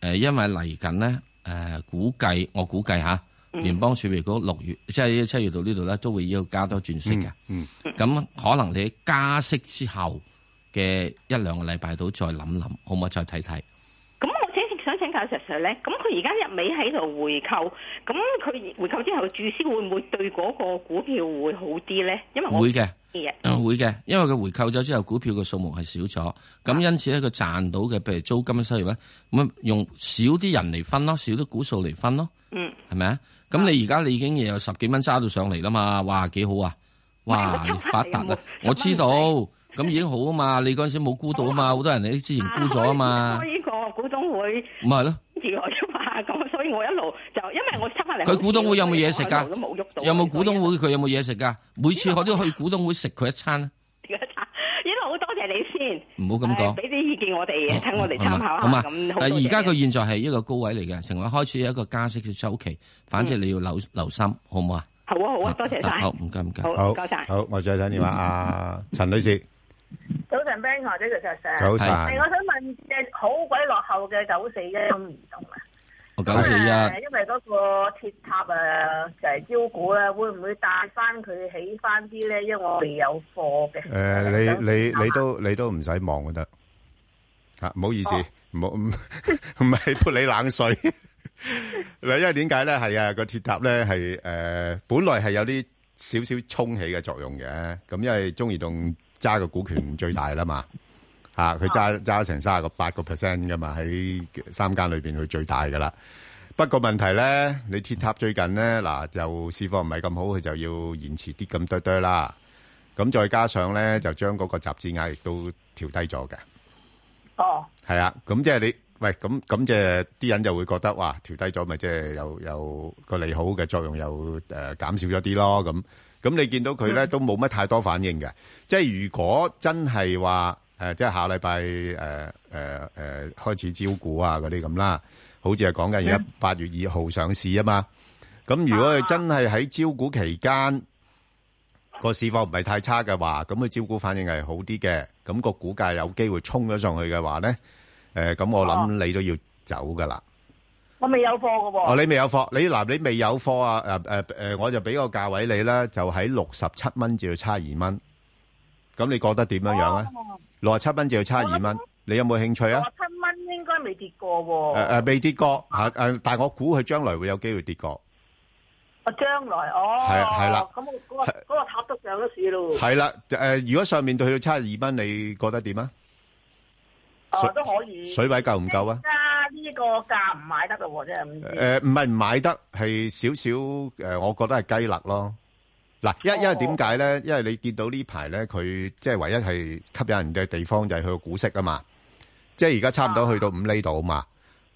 S2: 誒，因為嚟緊咧誒，估計我估計嚇
S4: 嗯
S2: 聯邦儲備局六月即係七月到呢度咧，都會要加多轉息嘅。
S1: 嗯，
S2: 咁可能你加息之後嘅一兩個禮拜度再諗諗，好唔好？再睇睇。
S4: 咁我請想請教石 Sir 咧，咁佢而家一味喺度回購，咁佢回購之後注銷會唔會對嗰個股票會好啲咧？因為我
S2: 會嘅。
S4: 嘅
S2: 會啊嘅，因為佢回購咗之後，股票嘅數目係少咗，
S4: 啊
S2: 咁因此咧佢賺到嘅，譬如租金嘅收入咧，咁啊用少啲人嚟分咯，少啲股數嚟分咯，
S4: 嗯，
S2: 係咪啊？咁你而家你已經有十幾蚊揸到上嚟啦嘛，哇，幾好啊！哇，
S4: 唔係我抽
S2: 發達
S4: 翻嚟
S2: 啊
S4: 冇！
S2: 我知道，咁已經好啊嘛，你嗰陣時冇沽到啊嘛，好多人你之前沽咗啊嘛，
S4: 開呢個股東會
S2: 唔係咯？
S4: 跟住我啫嘛，咁所以我一路就因為我出翻嚟，
S2: 佢股東會有冇嘢食㗎
S4: 我一路都冇喐到，
S2: 有冇股 東
S4: 啊
S2: 會？佢有冇嘢食噶？每次我都去股東會食佢一餐啊，
S4: 一路好多謝你先。
S2: 唔好咁講
S4: 誒。俾啲意見我哋，睇我哋參考
S2: 哦好
S4: 下。
S2: 嘛？
S4: 咁
S2: 誒
S4: 好多謝
S2: 而家佢現在係一個高位嚟嘅，成為開始有一個加息嘅周期，反正你要留留心，好唔好啊？
S4: 好嗯啊好啊，多謝晒。
S2: 好，唔該唔該。
S4: 好，
S1: 好
S4: 唔該晒，。
S1: 好，我再聽電話，阿陳女士，
S6: 早晨 Ben 或者就石石，
S1: 早晨，
S6: 係我想問只好鬼落後嘅九四一中移動啊，
S2: 我九四
S6: 咁啊
S2: 一
S6: 因為嗰個鐵塔啊就係招股啦，會唔會帶翻佢起翻啲咧？因為我未有貨嘅。
S1: 誒，呃你你你都你哦都唔使望就得，嚇，唔好意思，唔好唔唔係潑你冷水。嗱，因為點解咧？係啊，個鐵塔咧係誒，呃本來係有啲少少沖起嘅作用嘅。咁因為中移動揸嘅股權最大啦嘛，嚇佢揸揸成三十個八個 percent 噶嘛，喺三間裏邊佢最大噶啦。不過問題咧，你鐵塔最近咧嗱，就市況唔係咁好，佢就要延遲啲咁多多啦。咁再加上咧，就將嗰個集資額亦都調低咗嘅。
S6: 哦，
S1: 系啊，咁即係你喂，咁咁即係啲人就會覺得哇，調低咗咪即係有有個利好嘅作用又诶减少咗啲咯，咁咁你見到佢咧都冇乜太多反應嘅，即係如果真係話诶，誒即係下禮拜诶诶诶开始招股啊嗰啲咁啦，好似係講緊而家八月二號上市啊嘛，咁如果佢真係喺招股期間。個市況唔係太差嘅話，咁佢招股反應係好啲嘅，咁、個股價有機會衝咗上去嘅話咧，誒、咁我諗你都要走噶啦，
S6: 我未有貨噶喎。
S1: 哦，你未有貨，你嗱你未有貨啊？誒誒誒，呃我就俾個價位你啦，就喺六十七蚊至到差二蚊。咁你覺得點樣樣咧？六十七蚊至到差二蚊，你有冇興趣啊？
S6: 七蚊應該未跌過喎。
S1: 誒誒，未跌過嚇誒，但係我估佢將來會有機會跌過。
S6: 我將來哦，
S1: 係啊係啦
S6: 咁我嗰個嗰個塔都上咗市咯。
S1: 係啦，誒，如果上面對去到差二蚊，你覺得點啊？
S6: 哦，都可以。
S1: 水位夠唔夠啊？
S6: 加呢個價唔買得咯喎，真係唔知。
S1: 誒，唔係唔買得，係少少誒，我覺得係雞肋咯。嗱，因因為點解咧？因為你見到呢排咧，佢即係唯一係吸引人嘅地方就係佢個股息啊嘛，即係而家差唔多去到五厘度啊嘛。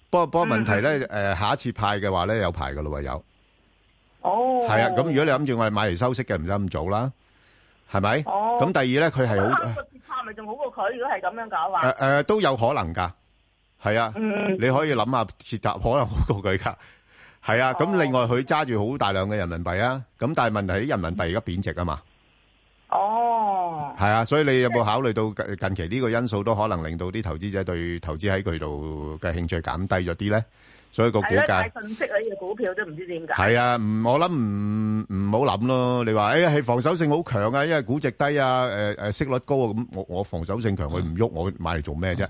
S1: 不過不過問題咧，誒下一次派嘅話咧，有排噶咯喎，有
S6: 哦，
S1: 係啊。咁如果你諗住我係買嚟收息嘅，唔使咁早啦，係咪？
S6: 哦
S1: 咁第二咧，佢係好
S6: 三個跌塔咪仲好過佢，如果係咁樣搞
S1: 誒
S6: 話。
S1: 誒都有可能㗎，係啊，
S6: 嗯
S1: 你可以諗下設集可能好過佢㗎，係啊。咁另外佢揸住好大量嘅人民幣啊，咁但係問題啲人民幣而家貶值啊嘛，
S6: 哦，
S1: 係啊，所以你有冇考慮到近近期呢個因素都可能令到啲投資者對投資喺佢度嘅興趣減低咗啲咧，所以個股
S6: 係啦，
S1: 價
S6: 太信息啊！呢個股票都唔知點解。
S1: 係啊，唔我諗唔唔好諗咯。你話誒係防守性好強啊，因為估值低啊，誒誒息率高啊，咁我我防守性強佢唔喐，我買嚟做咩啫？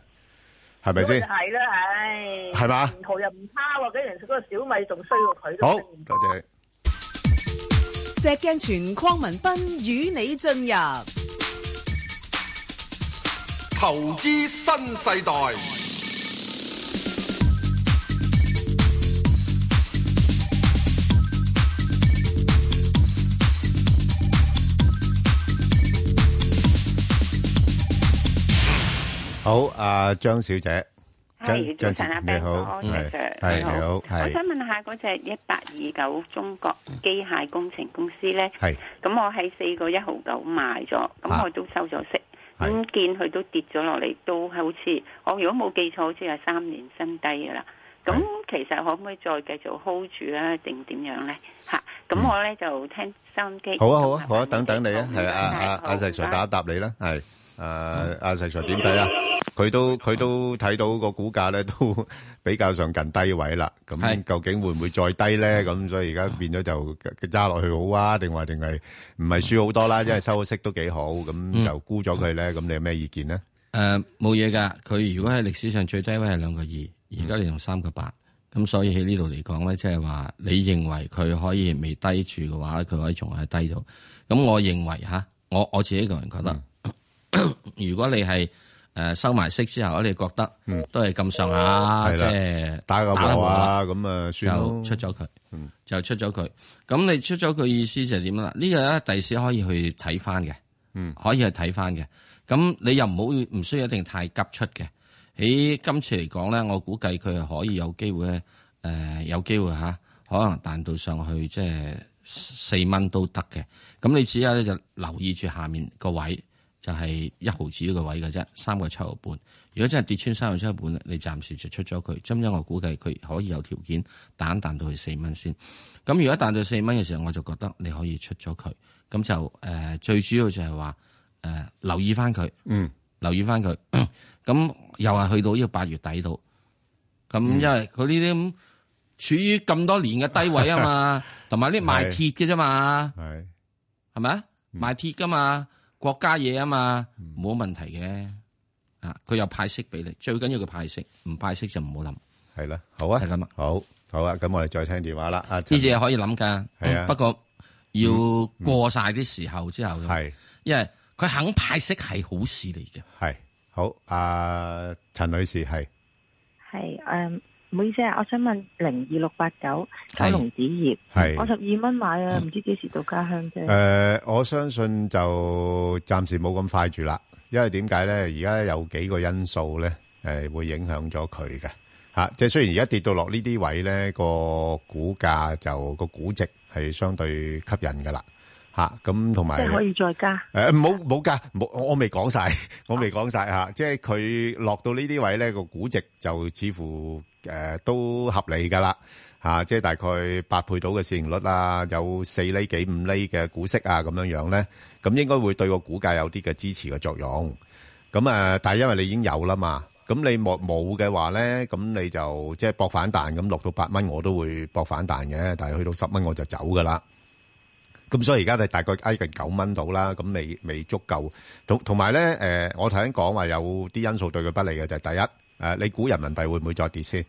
S1: 係咪先？
S6: 係啦，唉，
S1: 係嘛
S6: 前途又唔差喎，竟然食嗰個小米仲衰過佢都。
S1: 好，多謝你。
S8: 石鏡泉邝文斌與你進入
S3: 投資新世代，
S1: 好，阿張小姐，
S9: 係早
S1: 張張
S9: 晨
S1: 小
S9: 啊
S1: 姐你
S9: ，Ben 哥
S1: 好，係
S9: Sir，
S1: 係你好，
S9: 我想
S1: 係
S9: 問下嗰隻一八二九中國機械工程公司咧，
S1: 係
S9: 咁我喺四個一毫九買咗，
S1: 啊
S9: 咁我都收咗息，
S1: 係
S9: 咁見佢都跌咗落嚟，都好似我如果冇記錯，好似係三年新低噶啦。咁其實可唔可以再繼續 hold 住咧，定點樣咧？嚇，咁我咧就聽收音機。
S1: 好啊好啊好啊，等等你啊，係啊阿阿阿
S9: 好
S1: 石 Sir
S9: 唔該
S1: 答一答你啦，係誒阿石 Sir 點睇啊？佢都佢都睇到個股 價咧都比較上近低位啦，咁
S2: 係
S1: 究竟會唔會再低咧？咁所以而家變咗就揸落去好啊，定話定係唔係輸好多啦？因為收咗息都幾好，咁就沽咗佢咧。咁你有咩意見咧？
S2: 誒冇嘢㗎，佢如果喺歷史上最低位係兩個二，而家你用三個八，咁所以喺呢度嚟講咧，即係話你認為佢可以未低住嘅話，佢可以仲喺低度。咁我認為吓，我我自己個人覺得，
S1: 嗯
S2: 如果你係誒收埋息之後，你覺得都係咁上下，
S1: 嗯哦係
S2: 即
S1: 啦
S2: 係
S1: 打個
S2: 得
S1: 和
S2: 和
S1: 啊，咁啊算咯
S2: 就出咗嗯佢，就出咗佢。咁你出咗佢意思就係點啦？呢個咧第時可以去睇翻嘅，可以去睇翻嘅。咁你又唔好唔需要一定太急出嘅。喺今次嚟講咧，我估計佢係可以有機會咧，誒、有機會吓，可能彈到上去即係四蚊都得嘅。咁你只有咧就留意住下面個位，就係一毫子個位嘅啫，三個七毫半。如果真係跌穿三個七毫半，你暫時就出咗佢。因因我估計佢可以有條件彈一彈到去四蚊先。咁如果彈到四蚊嘅時候，我就覺得你可以出咗佢。咁就誒、呃最主要就係話誒留意翻佢，
S1: 嗯，
S2: 留意翻佢。咁又係去到呢個八月底度。咁因為佢呢啲咁處於咁多年嘅低位啊嘛，同埋呢賣鐵嘅啫嘛，
S1: 係
S2: 係
S1: 嗯
S2: 咪啊？賣鐵噶嘛，國家嘢啊嘛，冇問題嘅。啊，佢又派息俾你，最緊要佢派息，唔派息就唔好諗。
S1: 係啦，好啊，係咁啊，好好啊，咁我哋再聽電話啦。阿陳
S2: 呢隻嘢可以諗㗎，嗯
S1: 係啊嗯
S2: 不過要過晒啲時候之後嘅，
S1: 係
S2: 因為佢肯派息係好事嚟嘅。
S1: 係好，阿陳女士係
S10: 系诶，誒唔好意思啊，我想問零二六八九九龍紙業，嗯
S1: 係嗯
S10: 我十二蚊買啊，唔知幾時到家鄉啫。
S1: 诶，我相信就暫時冇咁快住啦，因為點解咧？而家有幾個因素咧，诶、會影響咗佢嘅吓。即係雖然而家跌到落呢啲位咧，個股價就個估值係相對吸引噶啦吓。咁同埋
S10: 即係可以再加。
S1: 诶，冇冇噶，冇我我未講晒，我未講晒吓，即係佢落到呢啲位咧，個估值就似乎诶、呃都合理噶啦吓，即係大概八倍到嘅市盈率啊，有四厘幾五厘嘅股息啊，咁樣樣咧，咁應該會對個股價有啲嘅支持嘅作用。咁啊，但係因為你已經有啦嘛，咁你冇冇嘅話咧，咁你就即係搏反彈，咁落到八蚊我都會搏反彈嘅，但係去到十蚊我就走噶啦。咁所以而家就大概挨近九蚊到啦，咁未未足夠。同同埋咧，誒、呃，我頭先講話有啲因素對佢不利嘅就係、第一，誒、呃，你估人民幣會唔會再跌先？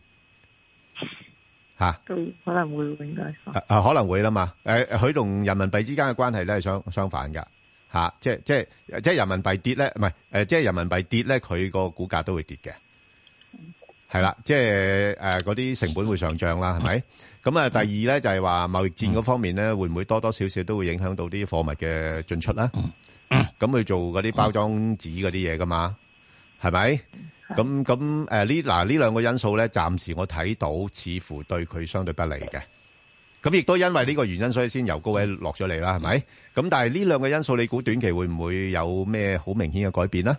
S1: 嚇、
S10: 都可能會應該。
S1: 啊啊，可能會啦嘛。誒、佢同人民幣之間嘅關係咧係相相反㗎嚇、即係即係即係人民幣跌咧，唔係誒，即係人民幣跌咧，佢個股價都會跌嘅。係啦，即係誒嗰啲成本會上漲啦，係咪？咁啊，第二咧就係話貿易戰嗰方面咧，會唔會多多少少都會影響到啲貨物嘅進出啦？咁佢做嗰啲包裝紙嗰啲嘢噶嘛，係咪？咁咁誒呢嗱呢兩個因素咧，暫時我睇到似乎對佢相對不利嘅。咁亦都因為呢個原因，所以先由高位落咗嚟啦，係咪？咁但係呢兩個因素，你估短期會唔會有咩好明顯嘅改變呢？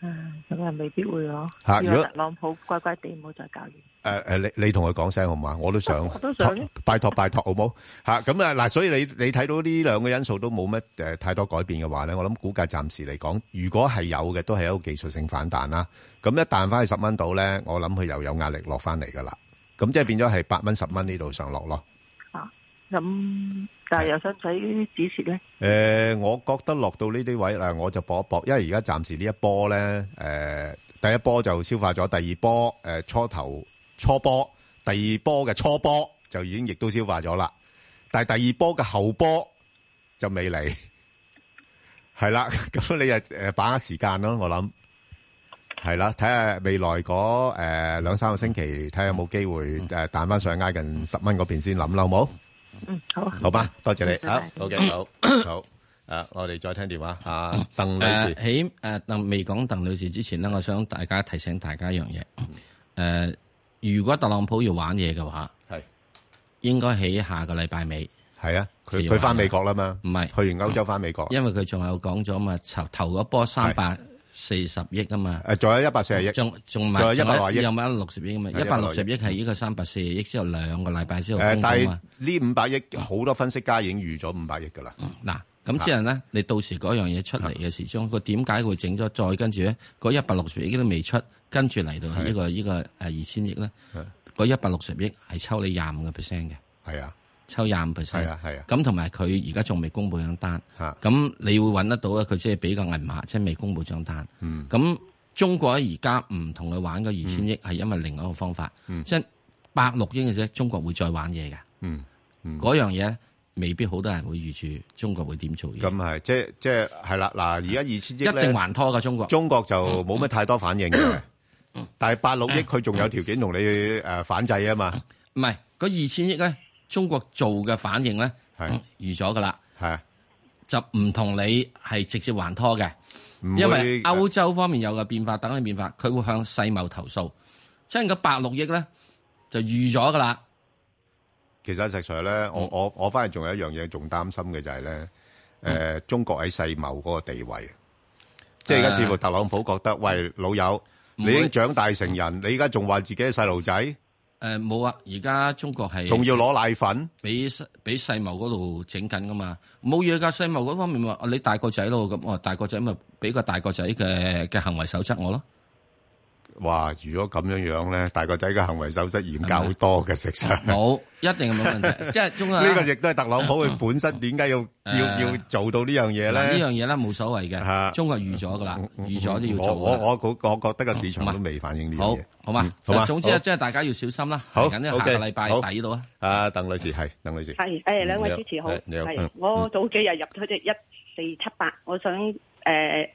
S10: 嗯咁又未必會咯。
S1: 嚇
S10: 如
S1: 如
S10: 果
S1: 果
S10: 特朗普乖乖地唔好再搞嘢，
S1: 誒誒、你你同佢講聲好嘛？我都想，
S10: 我都想
S1: 託拜託拜託好冇嚇咁啊嗱，所以你你睇到呢兩個因素都冇乜誒太多改變嘅話咧，我諗估計暫時嚟講，如果係有嘅，都係一個技術性反彈啦。咁一彈翻去十蚊度咧，我諗佢又有壓力落翻嚟噶啦。咁即係變咗係八蚊十蚊呢度上落咯。
S10: 咁但係又想使指示咧，
S1: 誒、呃我覺得落到呢啲位啦，我就搏一搏，因為而家暫時呢一波咧，誒、第一波就消化咗，第二波誒、呃初頭初波，第二波嘅初波就已經亦都消化咗啦，但係第二波嘅後波就未嚟，係啦， 咁你就誒把握時間咯，我諗係啦，睇下未來嗰誒兩三個星期，睇下有冇機會誒彈翻上挨近十蚊嗰邊先諗啦，好冇？
S10: 嗯好啊，
S1: 好吧，多謝你。好
S10: 拜拜
S2: 嗯
S1: ，OK，好， 好。誒，我哋再聽電話。啊，鄧女士，
S2: 喺誒鄧未講鄧女士之前咧，我想大家提醒大家一樣嘢。誒、如果特朗普要玩嘢嘅話，
S1: 嗯係
S2: 應該喺下個禮拜尾。
S1: 係啊，佢佢翻美國啦嘛，
S2: 唔係
S1: 去完歐洲翻美國，
S2: 因為佢仲有講咗嘛，頭頭嗰波三百四十億啊嘛。
S1: 誒，仲有一百四十億，
S2: 仲仲埋
S1: 仲有一百六十億
S2: 有冇一六十億啊嘛？
S1: 係
S2: 一百六十
S1: 160
S2: 億係呢個三百四十億之後兩個禮拜之後
S1: 誒
S2: 公，
S1: 但
S2: 佈
S1: 係
S2: 嘛。
S1: 呢五百億好多分析家已經預咗五百億㗎啦。
S2: 啊嗱，咁之後咧，你到時嗰樣嘢出嚟嘅時鐘，佢點解會整咗再跟住咧？嗰一百六十億都未出，跟住嚟到呢個呢個誒二千億咧，嗰一百六十億係抽你廿五個 percent 嘅，
S1: 係啊，
S2: 抽廿五 percent，
S1: 係啊係啊
S2: 咁同埋佢而家仲未公佈張單，咁你會揾得到咧？佢即係俾個銀碼，即係未公佈張單。
S1: 嗯
S2: 咁中國而家唔同佢玩嗰二千億係因為另外一個方法，即係百六億嘅啫，中國會再玩嘢嘅。
S1: 嗯，嗯
S2: 嗰樣嘢咧未必好多人會預住中國會點做嘢。
S1: 咁係，即係即係係啦。嗱，而家二千億
S2: 嗯一定嗯還拖㗎中國
S1: 中國就冇乜太多反應嘅。
S2: 嗯
S1: 但係八六億佢仲有條件同你誒反制啊嘛。
S2: 唔係，嗰二千億咧，中國做嘅反應咧，嗯
S1: 係
S2: 預咗噶啦，
S1: 係啊
S2: 就唔同你係直接還拖嘅，
S1: 會
S2: 因為歐洲方面有個變化，等佢變化，佢會向世貿投訴，即係嗰百六億咧就預咗噶啦，
S1: 其實石 Sir 咧，我我我反而仲有一樣嘢仲擔心嘅就係咧，誒中國喺世貿嗰個地位，即係而家似乎特朗普覺得，喂老友，
S2: 唔
S1: 你
S2: 會
S1: 已經長大成人，你而家仲話自己係細路仔，
S2: 誒冇啊，而家中國係
S1: 仲要攞奶粉，
S2: 俾世俾世貿嗰度整緊噶嘛，冇嘢噶，世貿嗰方面話啊你大個仔咯，咁我大個仔咪俾個大個仔嘅嘅行為守則我 咯。
S1: 哇！如果咁樣樣咧，大個仔嘅行為守則嚴格好多嘅石 Sir，
S2: 冇一定冇問題即係中國
S1: 呢個亦都係特朗普佢本身點解要要
S2: 誒
S1: 要做到呢嗯樣嘢咧？
S2: 嗱呢樣嘢咧冇所謂嘅，中國預咗噶啦，預咗都要
S1: 我
S2: 做㗎
S1: 我
S2: 啦。
S1: 我估我覺得個市場都未反映呢樣嘢，
S2: 好嘛
S1: 嗯好嘛，
S2: 總之啊
S1: 好
S2: 咧，即係大家要小心啦。
S1: 好
S2: 嚟緊呢下個
S1: OK，
S2: 禮拜
S1: 好
S2: 底到啊。
S1: 啊，鄧女士係，鄧女士
S11: 系，诶，两位
S1: 嗯你
S11: 主持好，
S1: 係你好，
S11: 系
S1: 嗯，
S11: 我早幾日入咗只一四七八，我想诶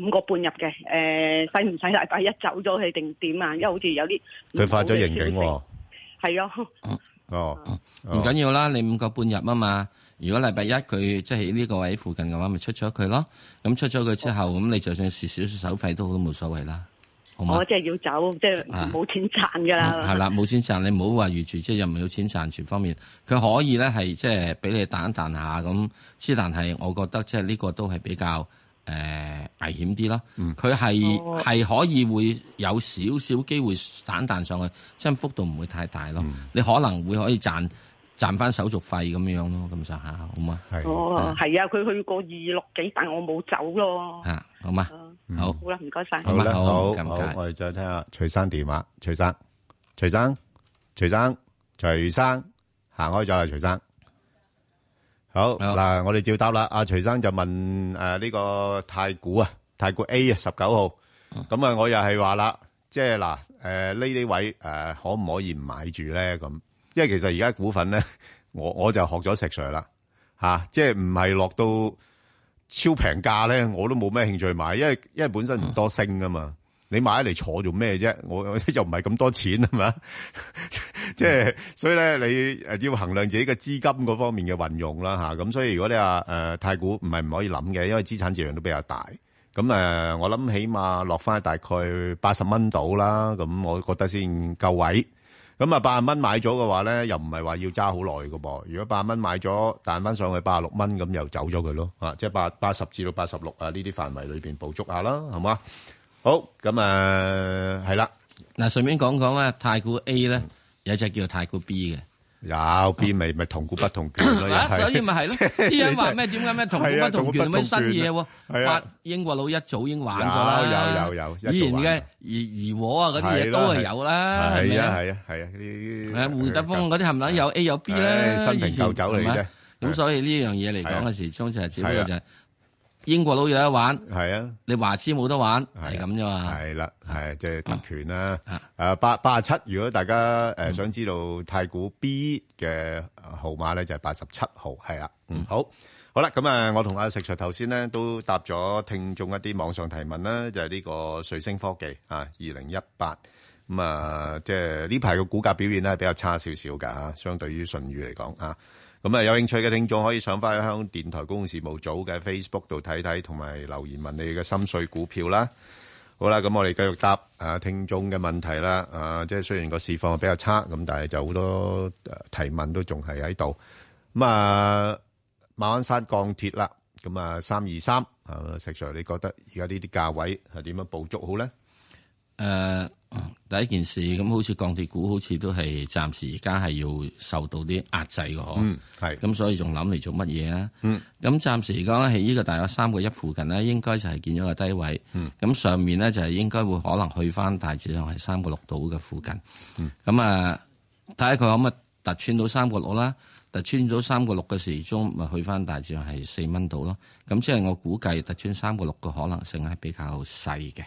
S11: 五個半入嘅，诶，使唔使禮拜一走咗佢定點啊？因為好似有啲
S1: 佢發咗刑警喎，
S11: 係咯，
S1: 哦，
S2: 唔緊要啦，你五個半入啊嘛。如果禮拜一佢即係喺呢個位附近嘅話，咪出咗佢咯。咁出咗佢之後，咁你就算蝕少少手費都好，都冇所謂啦。
S1: 嗯
S2: 好嘛
S11: 我？即係要走，即係
S1: 啊
S11: 冇錢賺噶
S6: 啊
S11: 啦。
S2: 係啦，嗯冇錢賺，你唔好話預住，即係又唔有錢賺住方面，佢可以咧係即係俾你彈一彈下咁，之但係我覺得即係呢個都係比較誒、呃危險啲咯。佢係係可以會有少少機會彈彈上去，即係幅度唔會太大咯。你可能會可以賺賺翻手續費咁樣咯，咁上下好嘛？
S1: 係
S11: 哦，係啊，佢去過二六幾，但我冇走咯。
S2: 啊，好嘛？好，
S11: 好啦，唔該晒。
S1: 嗯好啦，
S2: 好
S1: 好，
S2: 咁
S1: 好
S2: 解
S1: 我哋再聽下徐生電話。徐生，徐生，徐生，徐生，行開咗啦，徐生。好嗱，我哋照答啦。阿徐生就問诶呢個太古啊，太古 A 啊，十九號。咁啊，我又係話啦，即係嗱诶呢啲位诶可唔可以唔買住咧？咁，因為其實而家股份咧， 我我就學咗石 Sir 啦，吓、即係唔係落到。超平價咧，我都冇咩興趣買，因為因為本身唔多升噶嘛。你買嚟坐做咩啫？我 又唔係咁多錢係咪啊？ 即係所以咧，你呃誒要衡量自己嘅資金嗰方面嘅運用啦吓。咁、所以如果你話誒、呃太古唔係唔可以諗嘅，因為資產質量都比較大。咁誒、呃我諗起碼落翻大概八十蚊到啦。咁我覺得先夠位。咁啊，八十蚊買咗嘅話咧，又唔係話要揸好耐嘅噃。如果八十蚊買咗，彈翻上去八十六蚊，咁又走咗佢咯。啊，即係八八十至到八十六啊，呢啲範圍裏邊捕捉下啦，係嘛？好，咁啊，係啦。
S2: 嗱，順便講講啊，太古 A 咧有隻叫太古 B 嘅。
S1: 有 B 咪咪同股不同權 咯，又
S2: 啊，
S1: 係
S2: 所以咪係
S1: 即
S2: 咯，
S1: 係
S2: 啲人話咩點解咩同股
S1: 係啊
S2: 不同權咩新嘢
S1: 同股
S2: 喎
S1: 不？同權啊
S2: 法英國佬一早已經玩咗啦，
S1: 有有有一早
S2: 以前
S1: 玩
S2: 嘅怡怡和啊嗰啲嘢都係有啦，係咪
S1: 係啊係啊係啊，呢
S2: 誒
S1: 啲
S2: 胡德峰嗰啲冚唪唥有 A 有 B 啦，
S1: 唉新瓶舊酒嚟
S2: 以前係
S1: 啫
S2: 咪。啊咁所以呢樣嘢嚟
S1: 係
S2: 講
S1: 啊
S2: 嘅時鐘就係只不
S1: 係
S2: 過
S1: 啊
S2: 就係英國佬有得玩，
S1: 係啊，
S2: 你華資冇得玩，係咁啫嘛。
S1: 係啦，係即係特權啦。誒八八十七，如果大家誒想知道太古 B 嘅號碼咧，就係八十七號，係啦。嗯，好，好啦，咁啊，我同阿石 Sir 頭先咧都答咗聽眾一啲網上提問啦，就係呢個瑞星科技啊，二零一八。咁啊，即係呢排嘅股價表現咧比較差少少㗎嚇，相對於舜宇嚟講啊。咁啊，有興趣嘅聽眾可以上翻去香港電台公共事務組嘅 Facebook 度睇睇，同埋留言問你嘅心水股票啦。好啦，咁我哋繼續答啊聽眾嘅問題啦。啊，即係雖然個市況比較差，咁但係就好多呃提問都仲係喺度。咁啊，馬鞍山鋼鐵啦，咁啊三二三啊，石 Sir，你覺得而家呢啲價位係點樣捕捉好咧？
S2: 誒、第一件事咁，好似鋼鐵股好似都係暫時而家係要受到啲壓制嘅嗬。
S1: 嗯，係。
S2: 咁所以仲諗嚟做乜嘢啊？
S1: 嗯，
S2: 咁暫時嚟講喺呢個大約三個一附近咧，應該就係見咗個低位。
S1: 嗯，
S2: 咁上面咧就係應該會可能去翻大致上係三個六度嘅附近。
S1: 嗯，
S2: 咁啊，睇下佢可唔可以突穿到三個六啦？突穿咗三個六嘅時鐘，咪去翻大致上係四蚊度咯。咁即係我估計突穿三個六嘅可能性係比較細嘅。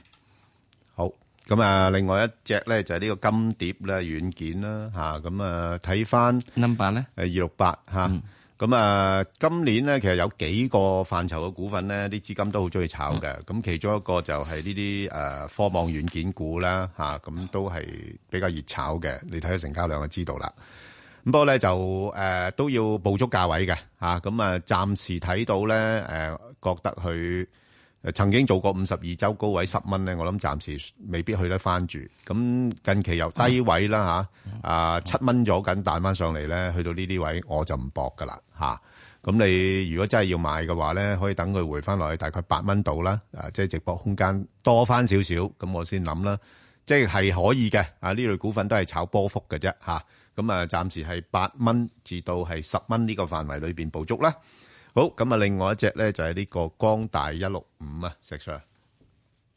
S1: 好，咁啊，另外一隻咧就係呢個金碟咧軟件啦，吓咁啊睇翻
S2: number 咧，
S1: 誒二六八吓，咁啊今年咧其實有幾個範疇嘅股份咧，啲資金都好中意炒嘅，咁其中一個就係呢啲誒科網軟件股啦，吓咁都係比較熱炒嘅，你睇下成交量就知道啦。咁不過咧就誒、呃都要捕捉價位嘅嚇，咁啊暫時睇到咧誒、呃，覺得佢呃曾經做過五十二周高位十蚊咧，我諗暫時未必去得翻住。咁近期由低位啦嚇，啊七蚊咗緊彈翻上嚟咧，去到呢啲位我就唔搏噶啦嚇。咁你如果真係要買嘅話咧，可以等佢回翻落去大概八蚊度啦，啊，即係直播空間多翻少少，咁我先諗啦。即係可以嘅，啊呢類股份都係炒波幅嘅啫嚇。咁啊，暫時係八蚊至到係十蚊呢個範圍裏邊捕捉啦。好，咁啊，另外一隻咧就係呢個光大一六五啊，石 Sir，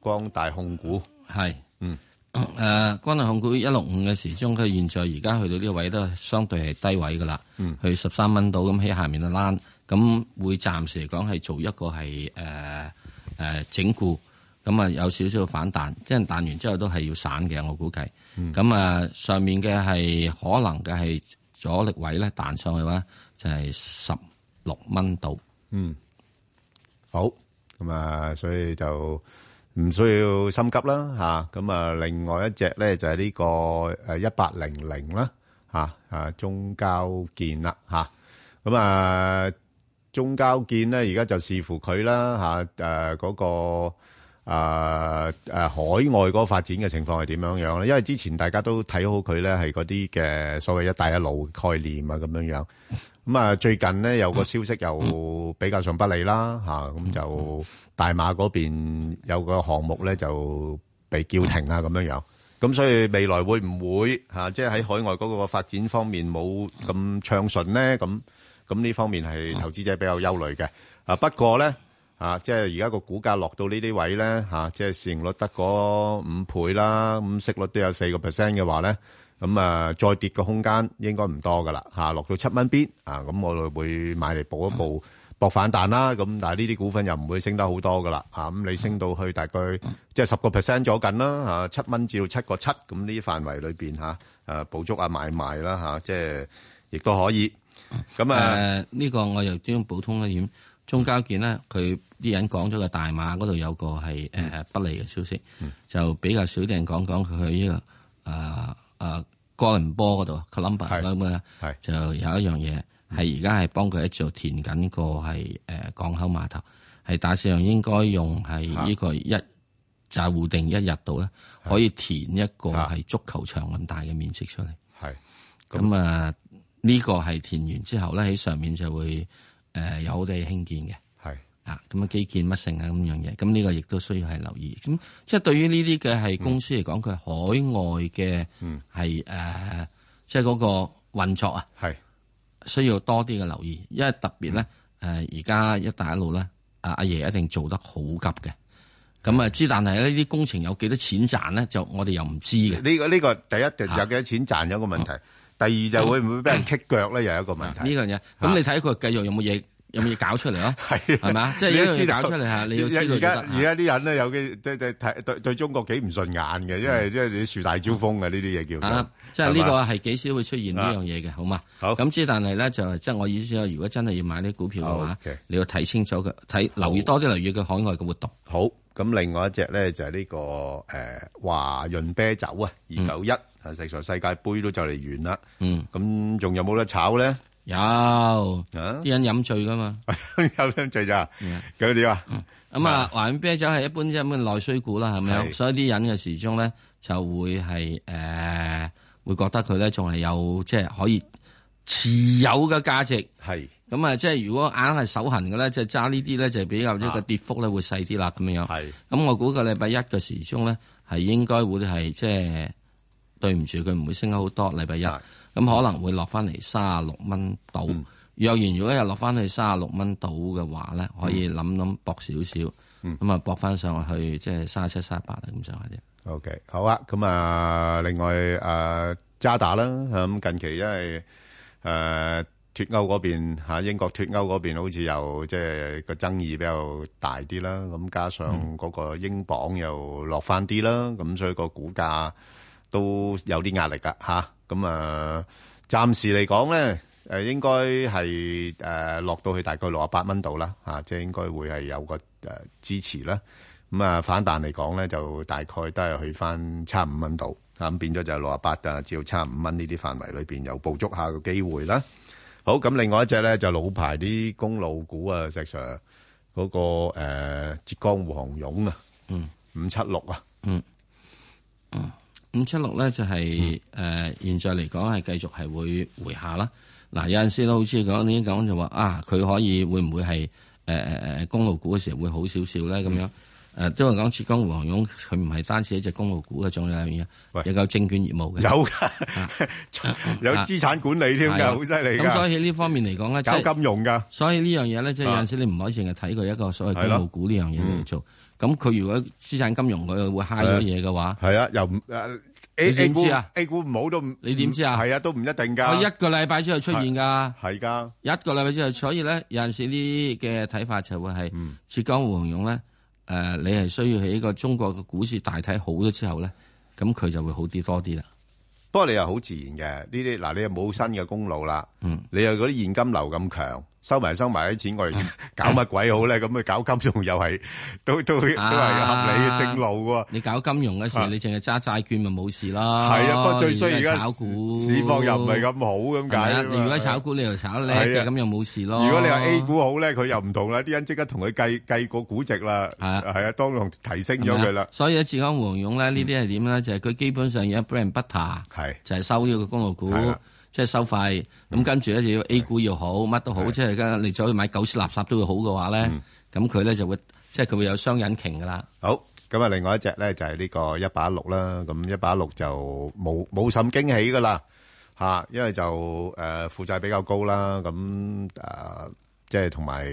S1: 光大控股
S2: 係
S1: 嗯
S2: 誒、光能呃控股一六五嘅時鐘，佢現在而家去到呢個位都係相對係低位噶啦，
S1: 嗯
S2: 去十三蚊到咁喺下面嘅欄，咁會暫時嚟講係做一個係誒誒呃整固，咁啊有少少反彈，即係彈完之後都係要散嘅，我估計。
S1: 嗯
S2: 咁啊、上面嘅係可能嘅係阻力位咧彈上去嘅話，就係十六蚊度。
S1: 嗯，好，咁啊，所以就唔需要心急啦嚇。咁啊，另外一隻咧就係呢個誒一八零零啦嚇啊，中交建啦嚇。咁啊，中交建咧而家就視乎佢啦嚇誒嗰個。啊誒、海外嗰個發展嘅情況係點樣樣咧？因為之前大家都睇好佢咧，係嗰啲嘅所謂一帶一路概念啊咁樣樣。咁啊，最近咧有個消息又比較上不利啦嚇，咁、就大馬嗰邊有個項目咧就被叫停啊咁樣樣。咁所以未來會唔會嚇、即係喺海外嗰個發展方面冇咁暢順咧？咁咁呢方面係投資者比較憂慮嘅。啊，不過咧。誒、啊，即係而家個股價落到呢啲位咧，吓、即係市盈率得嗰五倍啦，咁息率都有四個 percent 嘅話咧，咁啊再跌嘅空間應該唔多噶啦，吓、落到七蚊邊啊，咁我就會買嚟補一補搏反彈啦。咁但係呢啲股份又唔會升得好多噶啦，吓、咁你升到去大概即係十個 percent 左近啦，吓、七蚊至到七個七咁呢啲範圍裏邊吓，誒、捕捉啊買賣啦吓、即係亦都可以。咁啊，
S2: 誒呃呢個我又將補充一點，中交建咧，佢啲人講咗個大馬嗰度有個係誒不利嘅消息，就比較少啲人講講佢去呢個誒誒哥倫坡嗰度 Columbus 咁啊，就有一樣嘢係而家係幫佢喺度填緊個係誒呃港口碼頭，係打算用應該用係呢個一就固定一日度咧，可以填一個係足球場咁大嘅面積出嚟。
S1: 係
S2: 咁啊，呢個係填完之後咧，喺上面就會誒有好多嘢興建嘅。
S1: 係
S2: 啊，咁啊基建乜性啊咁樣嘢，咁呢個亦都需要係留意。咁即係對於呢啲嘅
S1: 嗯
S2: 係公司嚟講，佢係海外嘅係誒，即係嗰個運作啊，
S1: 係
S2: 需要多啲嘅留意，因為特別咧
S1: 嗯
S2: 誒而家一帶一路咧，阿阿爺一定做得好急嘅。咁啊，
S1: 嗯
S2: 知但係呢啲工程有幾多錢賺咧，就我哋又唔知嘅。
S1: 呢個呢個第一就有幾多錢賺咗個問題，第二就會唔會俾人棘腳咧，又有一個問題。
S2: 啊呢樣嘢，咁你睇佢繼續有冇嘢有冇嘢搞出嚟咯？
S1: 係
S2: 係咪啊即係
S1: 你都
S2: 一樣
S1: 知
S2: 搞
S1: 道
S2: 出嚟嚇你要
S1: 而
S2: 知道
S1: 而家
S2: 就得嚇
S1: 而家啲人咧有嘅，即係即係睇對對中國幾唔順眼嘅，因為因為你樹大招風嘅呢啲嘢叫做
S2: 啊，即係呢
S1: 係
S2: 個
S1: 嘛
S2: 係幾時會出現呢樣嘢嘅，好嘛？好。咁之但係咧，就係即係我意思啊係，如果真係要買啲股票嘅話
S1: OK，
S2: 你要睇清楚佢，睇留意多啲留意佢海外嘅活動。
S1: 好，咁另外一隻咧就係呢、個誒、華潤啤酒啊，二九一啊，實在世界盃都就嚟完啦。
S2: 嗯，
S1: 咁仲有冇得炒咧？
S2: 有啲人飲醉噶嘛，
S1: 有飲醉咋？咁點啊？
S2: 咁啊，華潤啤酒係一般一般內需股啦，係咪啊所以啲人嘅時鐘咧就會係誒、呃、會覺得佢咧仲係有即係可以持有嘅價值。
S1: 係。
S2: 咁啊，即係如果硬係手痕嘅咧，就揸呢啲咧就比較一個跌幅咧會細啲啦，咁樣樣。
S1: 係。
S2: 咁我估個禮拜一嘅時鐘咧係應該會係即係對唔住佢唔會升得好多，禮拜一。咁可能會落翻嚟三啊六蚊到。若然如果又落翻去三啊六蚊到嘅話咧，可以諗諗搏少少，咁啊搏翻上去即係三七三八啊咁上下啫。
S1: OK，好啊，咁啊，另外誒渣打啦，咁近期因為誒脱歐嗰邊嚇英國脱歐嗰邊好似又即係個爭議比較大啲啦，咁加上嗰個英鎊又落翻啲啦，咁所以個股價都有啲壓力噶嚇，咁啊暫時嚟講咧。誒應該係誒落到去大概六十八蚊度啦，嚇、即係應該會係有個誒、呃支持啦。咁啊反彈嚟講咧，就大概都係去翻差五蚊度，啊咁變咗就六十八啊至到差五蚊呢啲範圍裏邊有捕捉下個機會啦。好，咁另外一隻咧就老牌啲公路股啊，石 Sir 嗰、個、呃、浙江滬杭甬啊，
S2: 嗯，
S1: 五七六啊，
S2: 嗯，五七六咧就係、誒、
S1: 嗯
S2: 現在嚟講係繼續係會回下啦。嗱、有陣時都好似講你講就話啊，佢可以會唔會係誒誒誒公路股嘅時候會好少少咧咁
S1: 嗯
S2: 樣？誒、即係講浙江滬杭甬，佢唔係單止一隻公路股嘅，仲有一樣嘢，亦有證券業務嘅，
S1: 有
S2: 㗎，
S1: 有資產管理添
S2: 係
S1: 㗎，
S2: 啊
S1: 好犀利㗎。
S2: 咁所以呢方面嚟講咧，即係
S1: 搞金融㗎。
S2: 所以呢樣嘢咧，即係有
S1: 啊
S2: 陣時你唔可以淨係睇佢一個所
S1: 係咯嗯
S2: 謂公路股呢樣嘢嚟做。咁佢如果資產金融佢會嗨咗嘢嘅話，
S1: 係啊，又唔誒 A
S2: 你
S1: A
S2: 點
S1: 股
S2: 知啊
S1: A 股唔好都唔
S2: 你點知啊
S1: 係啊，都唔一定㗎。
S2: 我一個禮拜之後出現㗎，
S1: 係㗎，
S2: 一個禮拜之後，所以咧有陣時呢嘅睇法就會係
S1: 嗯
S2: 浙江滬杭甬咧，誒、呃你係需要喺一個中國嘅股市大體好咗之後咧，咁佢就會好啲多啲啦。
S1: 不過你又好自然嘅，呢啲嗱你又冇新嘅公路啦，
S2: 嗯
S1: 你又嗰啲現金流咁強，收埋收埋啲錢，我哋 搞乜鬼好咧？咁去搞金融又係都都都係
S2: 啊
S1: 合理嘅正路喎。
S2: 你搞金融嘅時
S1: 啊
S2: 候，你淨係揸債券咪冇事咯。
S1: 係啊，不過最衰而
S2: 如果
S1: 家
S2: 係炒股
S1: 市市況又唔係咁好咁解
S2: 係啊
S1: 啊嘛。
S2: 你如果炒股你又炒叻
S1: 係
S2: 嘅，
S1: 啊
S2: 咁又冇事咯。
S1: 如果你話 A 股好咧，佢又唔同啦，啲人即刻同佢計計個估值啦，係啊，當堂提升咗佢
S2: 係咪
S1: 啦
S2: 啊。所以咧，浙江滬杭甬咧，呢啲係點咧？就係佢基本上有 brand butter，
S1: 係
S2: 就係收呢個公路股
S1: 係啦，嗯
S2: 即係收費。咁跟住咧就要 A 股要好，乜都好，
S1: 係嗯
S2: 即係而家你再去買狗屎垃圾都會好嘅話咧，咁佢咧就會即係佢會有雙引擎噶啦。
S1: 好，咁啊，另外一隻咧就係呢個一八一六啦，咁一八一六就冇冇甚驚喜噶啦，吓、因為就誒、呃、負債比較高啦，咁誒、呃即係同埋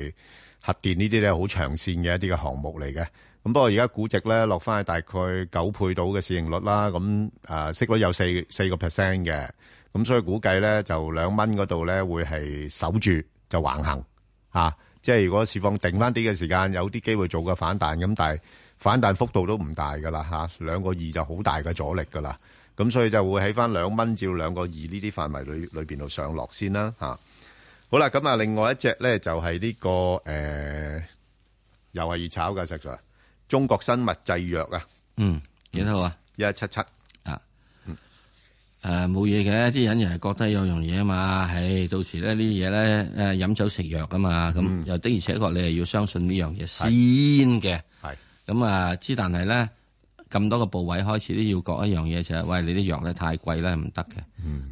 S1: 核電呢啲咧好長線嘅一啲嘅項目嚟嘅。咁不過而家估值咧落翻去大概九倍到嘅市盈率啦，咁啊息率有四四個 percent 嘅，咁所以估計咧就兩蚊嗰度咧會係守住就橫行啊！即係如果市況定翻啲嘅時間，有啲機會做個反彈咁，但係反彈幅度都唔大噶啦嚇，兩個二就好大嘅阻力噶啦。咁所以就會喺翻兩蚊至兩個二呢啲範圍裏裏邊度上落先啦嚇。好啦，咁啊，另外一隻咧就係呢、個誒、呃又係熱炒嘅石 Sir，中國生物製藥啊，
S2: 嗯，幾多啊？
S1: 一一七七
S2: 啊，誒呃冇嘢嘅，啲人又係覺得有樣嘢啊嘛，唉，到時咧呢啲嘢咧誒飲酒食藥啊嘛，咁又的而且確你係要相信呢樣嘢先嘅，
S1: 係
S2: 咁啊，之但係咧咁多個部位開始都要講一樣嘢就係，喂你啲藥咧太貴咧唔得嘅，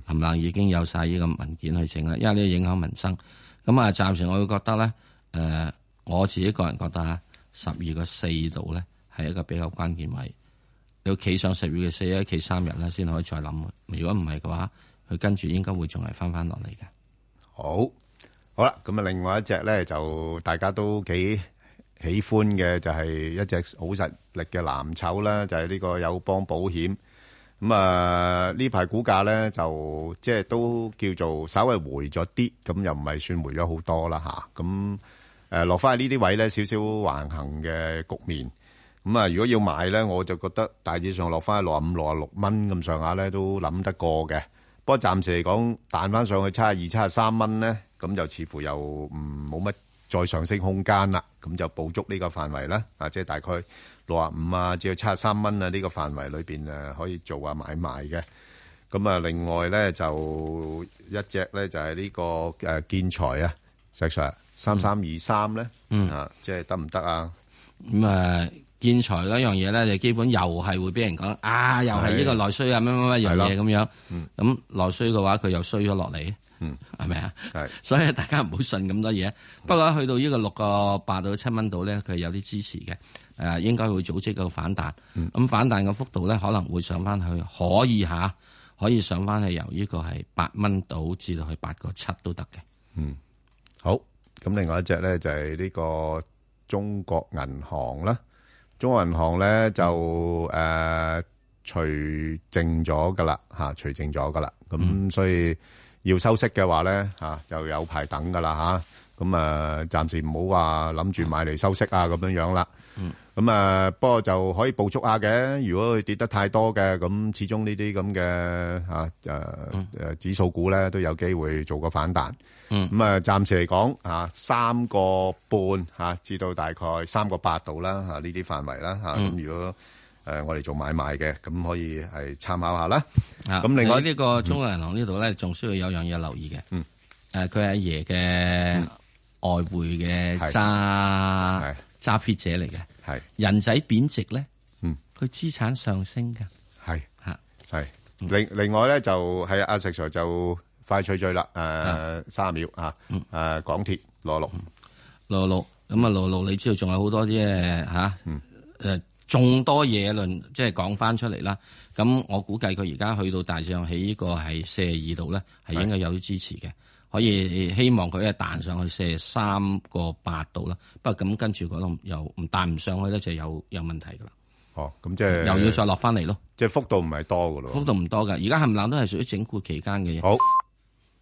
S2: 冚唪唥已經有晒呢個文件去整啦，因為呢個影響民生，咁啊暫時我會覺得咧誒、我自己個人覺得嚇十二個四度咧係一個比較關鍵位。你要企上十二嘅四一企三日啦，先可以再諗。如果唔係嘅話，佢跟住應該會仲係翻翻落嚟嘅。
S1: 好，好啦，咁啊，另外一隻咧就大家都幾喜歡嘅，就係、一隻好實力嘅藍籌啦，就係、呢個友邦保險。咁啊，呢排股價咧就即係都叫做稍微回咗啲，咁又唔係算回咗好多啦吓。咁、誒落翻喺呢啲位咧，少少橫行嘅局面。咁啊，如果要買咧，我就覺得大致上落翻去六十五、六十六蚊咁上下咧，都諗得過嘅。不過暫時嚟講，彈翻上去七十二、七十三蚊咧，咁就似乎又唔冇乜再上升空間啦。咁就捕捉呢個範圍啦，啊，即係大概六十五啊，至到七十三蚊啊呢個範圍裏邊誒，可以做下買賣嘅。咁啊，另外咧就一隻咧就係呢、個誒、建材啊，石 Sir 三三二三咧，
S2: 嗯
S1: 啊，即係得唔得啊？
S2: 咁啊，建材嗰樣嘢咧，就基本又係會俾人講啊，又係呢個內需啊，乜乜乜樣嘢咁樣。咁內需嘅話，佢又衰咗落嚟，係咪啊？所以大家唔好信咁多嘢。不過去到呢個六個八到七蚊度咧，佢係有啲支持嘅。誒，應該會組織個反彈。
S1: 嗯
S2: 咁反彈嘅幅度咧，可能會上翻去，可以嚇，可以上翻去由呢個係八蚊到至到去八個七都得嘅。
S1: 嗯，好。咁另外一隻咧就係呢個中國銀行啦。中國銀行咧就誒、呃除淨咗噶啦嚇，除淨咗噶啦。咁、所以要收息嘅話咧嚇、就有排等噶啦嚇。咁啊，暫時唔好話諗住買嚟收息啊咁樣樣啦。咁啊，不過就可以捕捉下嘅。如果佢跌得太多嘅，咁始終呢啲咁嘅啊誒誒指數股咧，都有機會做個反彈。
S2: 嗯
S1: 咁啊，暫時嚟講啊，三個半嚇，至到大概三個八度啦嚇，啊呢啲範圍啦嚇。咁、
S2: 嗯
S1: 如果誒我哋做買賣嘅，咁可以係參考下啦。
S2: 啊
S1: 咁另外
S2: 喺呢個中國銀行呢度咧，仲需要有樣嘢留意嘅。
S1: 嗯。
S2: 誒，佢係阿爺嘅外匯嘅
S1: 嗯係
S2: 揸揸 fit 者嚟嘅。
S1: 係。
S2: 人仔貶值咧，
S1: 嗯，
S2: 佢資產上升㗎。
S1: 係
S2: 嚇
S1: 係。另另外咧就係阿石 Sir 就快脆脆啦，誒三十秒啊，
S2: 嗯
S1: 誒港鐵羅六
S2: 羅六咁啊，羅六你知道仲有好多啲誒嚇誒眾多嘢論，即係講翻出嚟啦。咁我估計佢而家去到大上起呢個係四十二度咧，係應該有啲支持嘅。可以希望佢係彈上去四十三個八度啦。不過咁跟住嗰度又唔彈唔上去咧，就有有問題噶啦。
S1: 哦，咁即係
S2: 又要再落翻嚟咯。
S1: 即係幅度唔係多噶咯。
S2: 幅度唔多㗎，而家冚唪唥都係屬於整固期間嘅嘢。
S1: 好，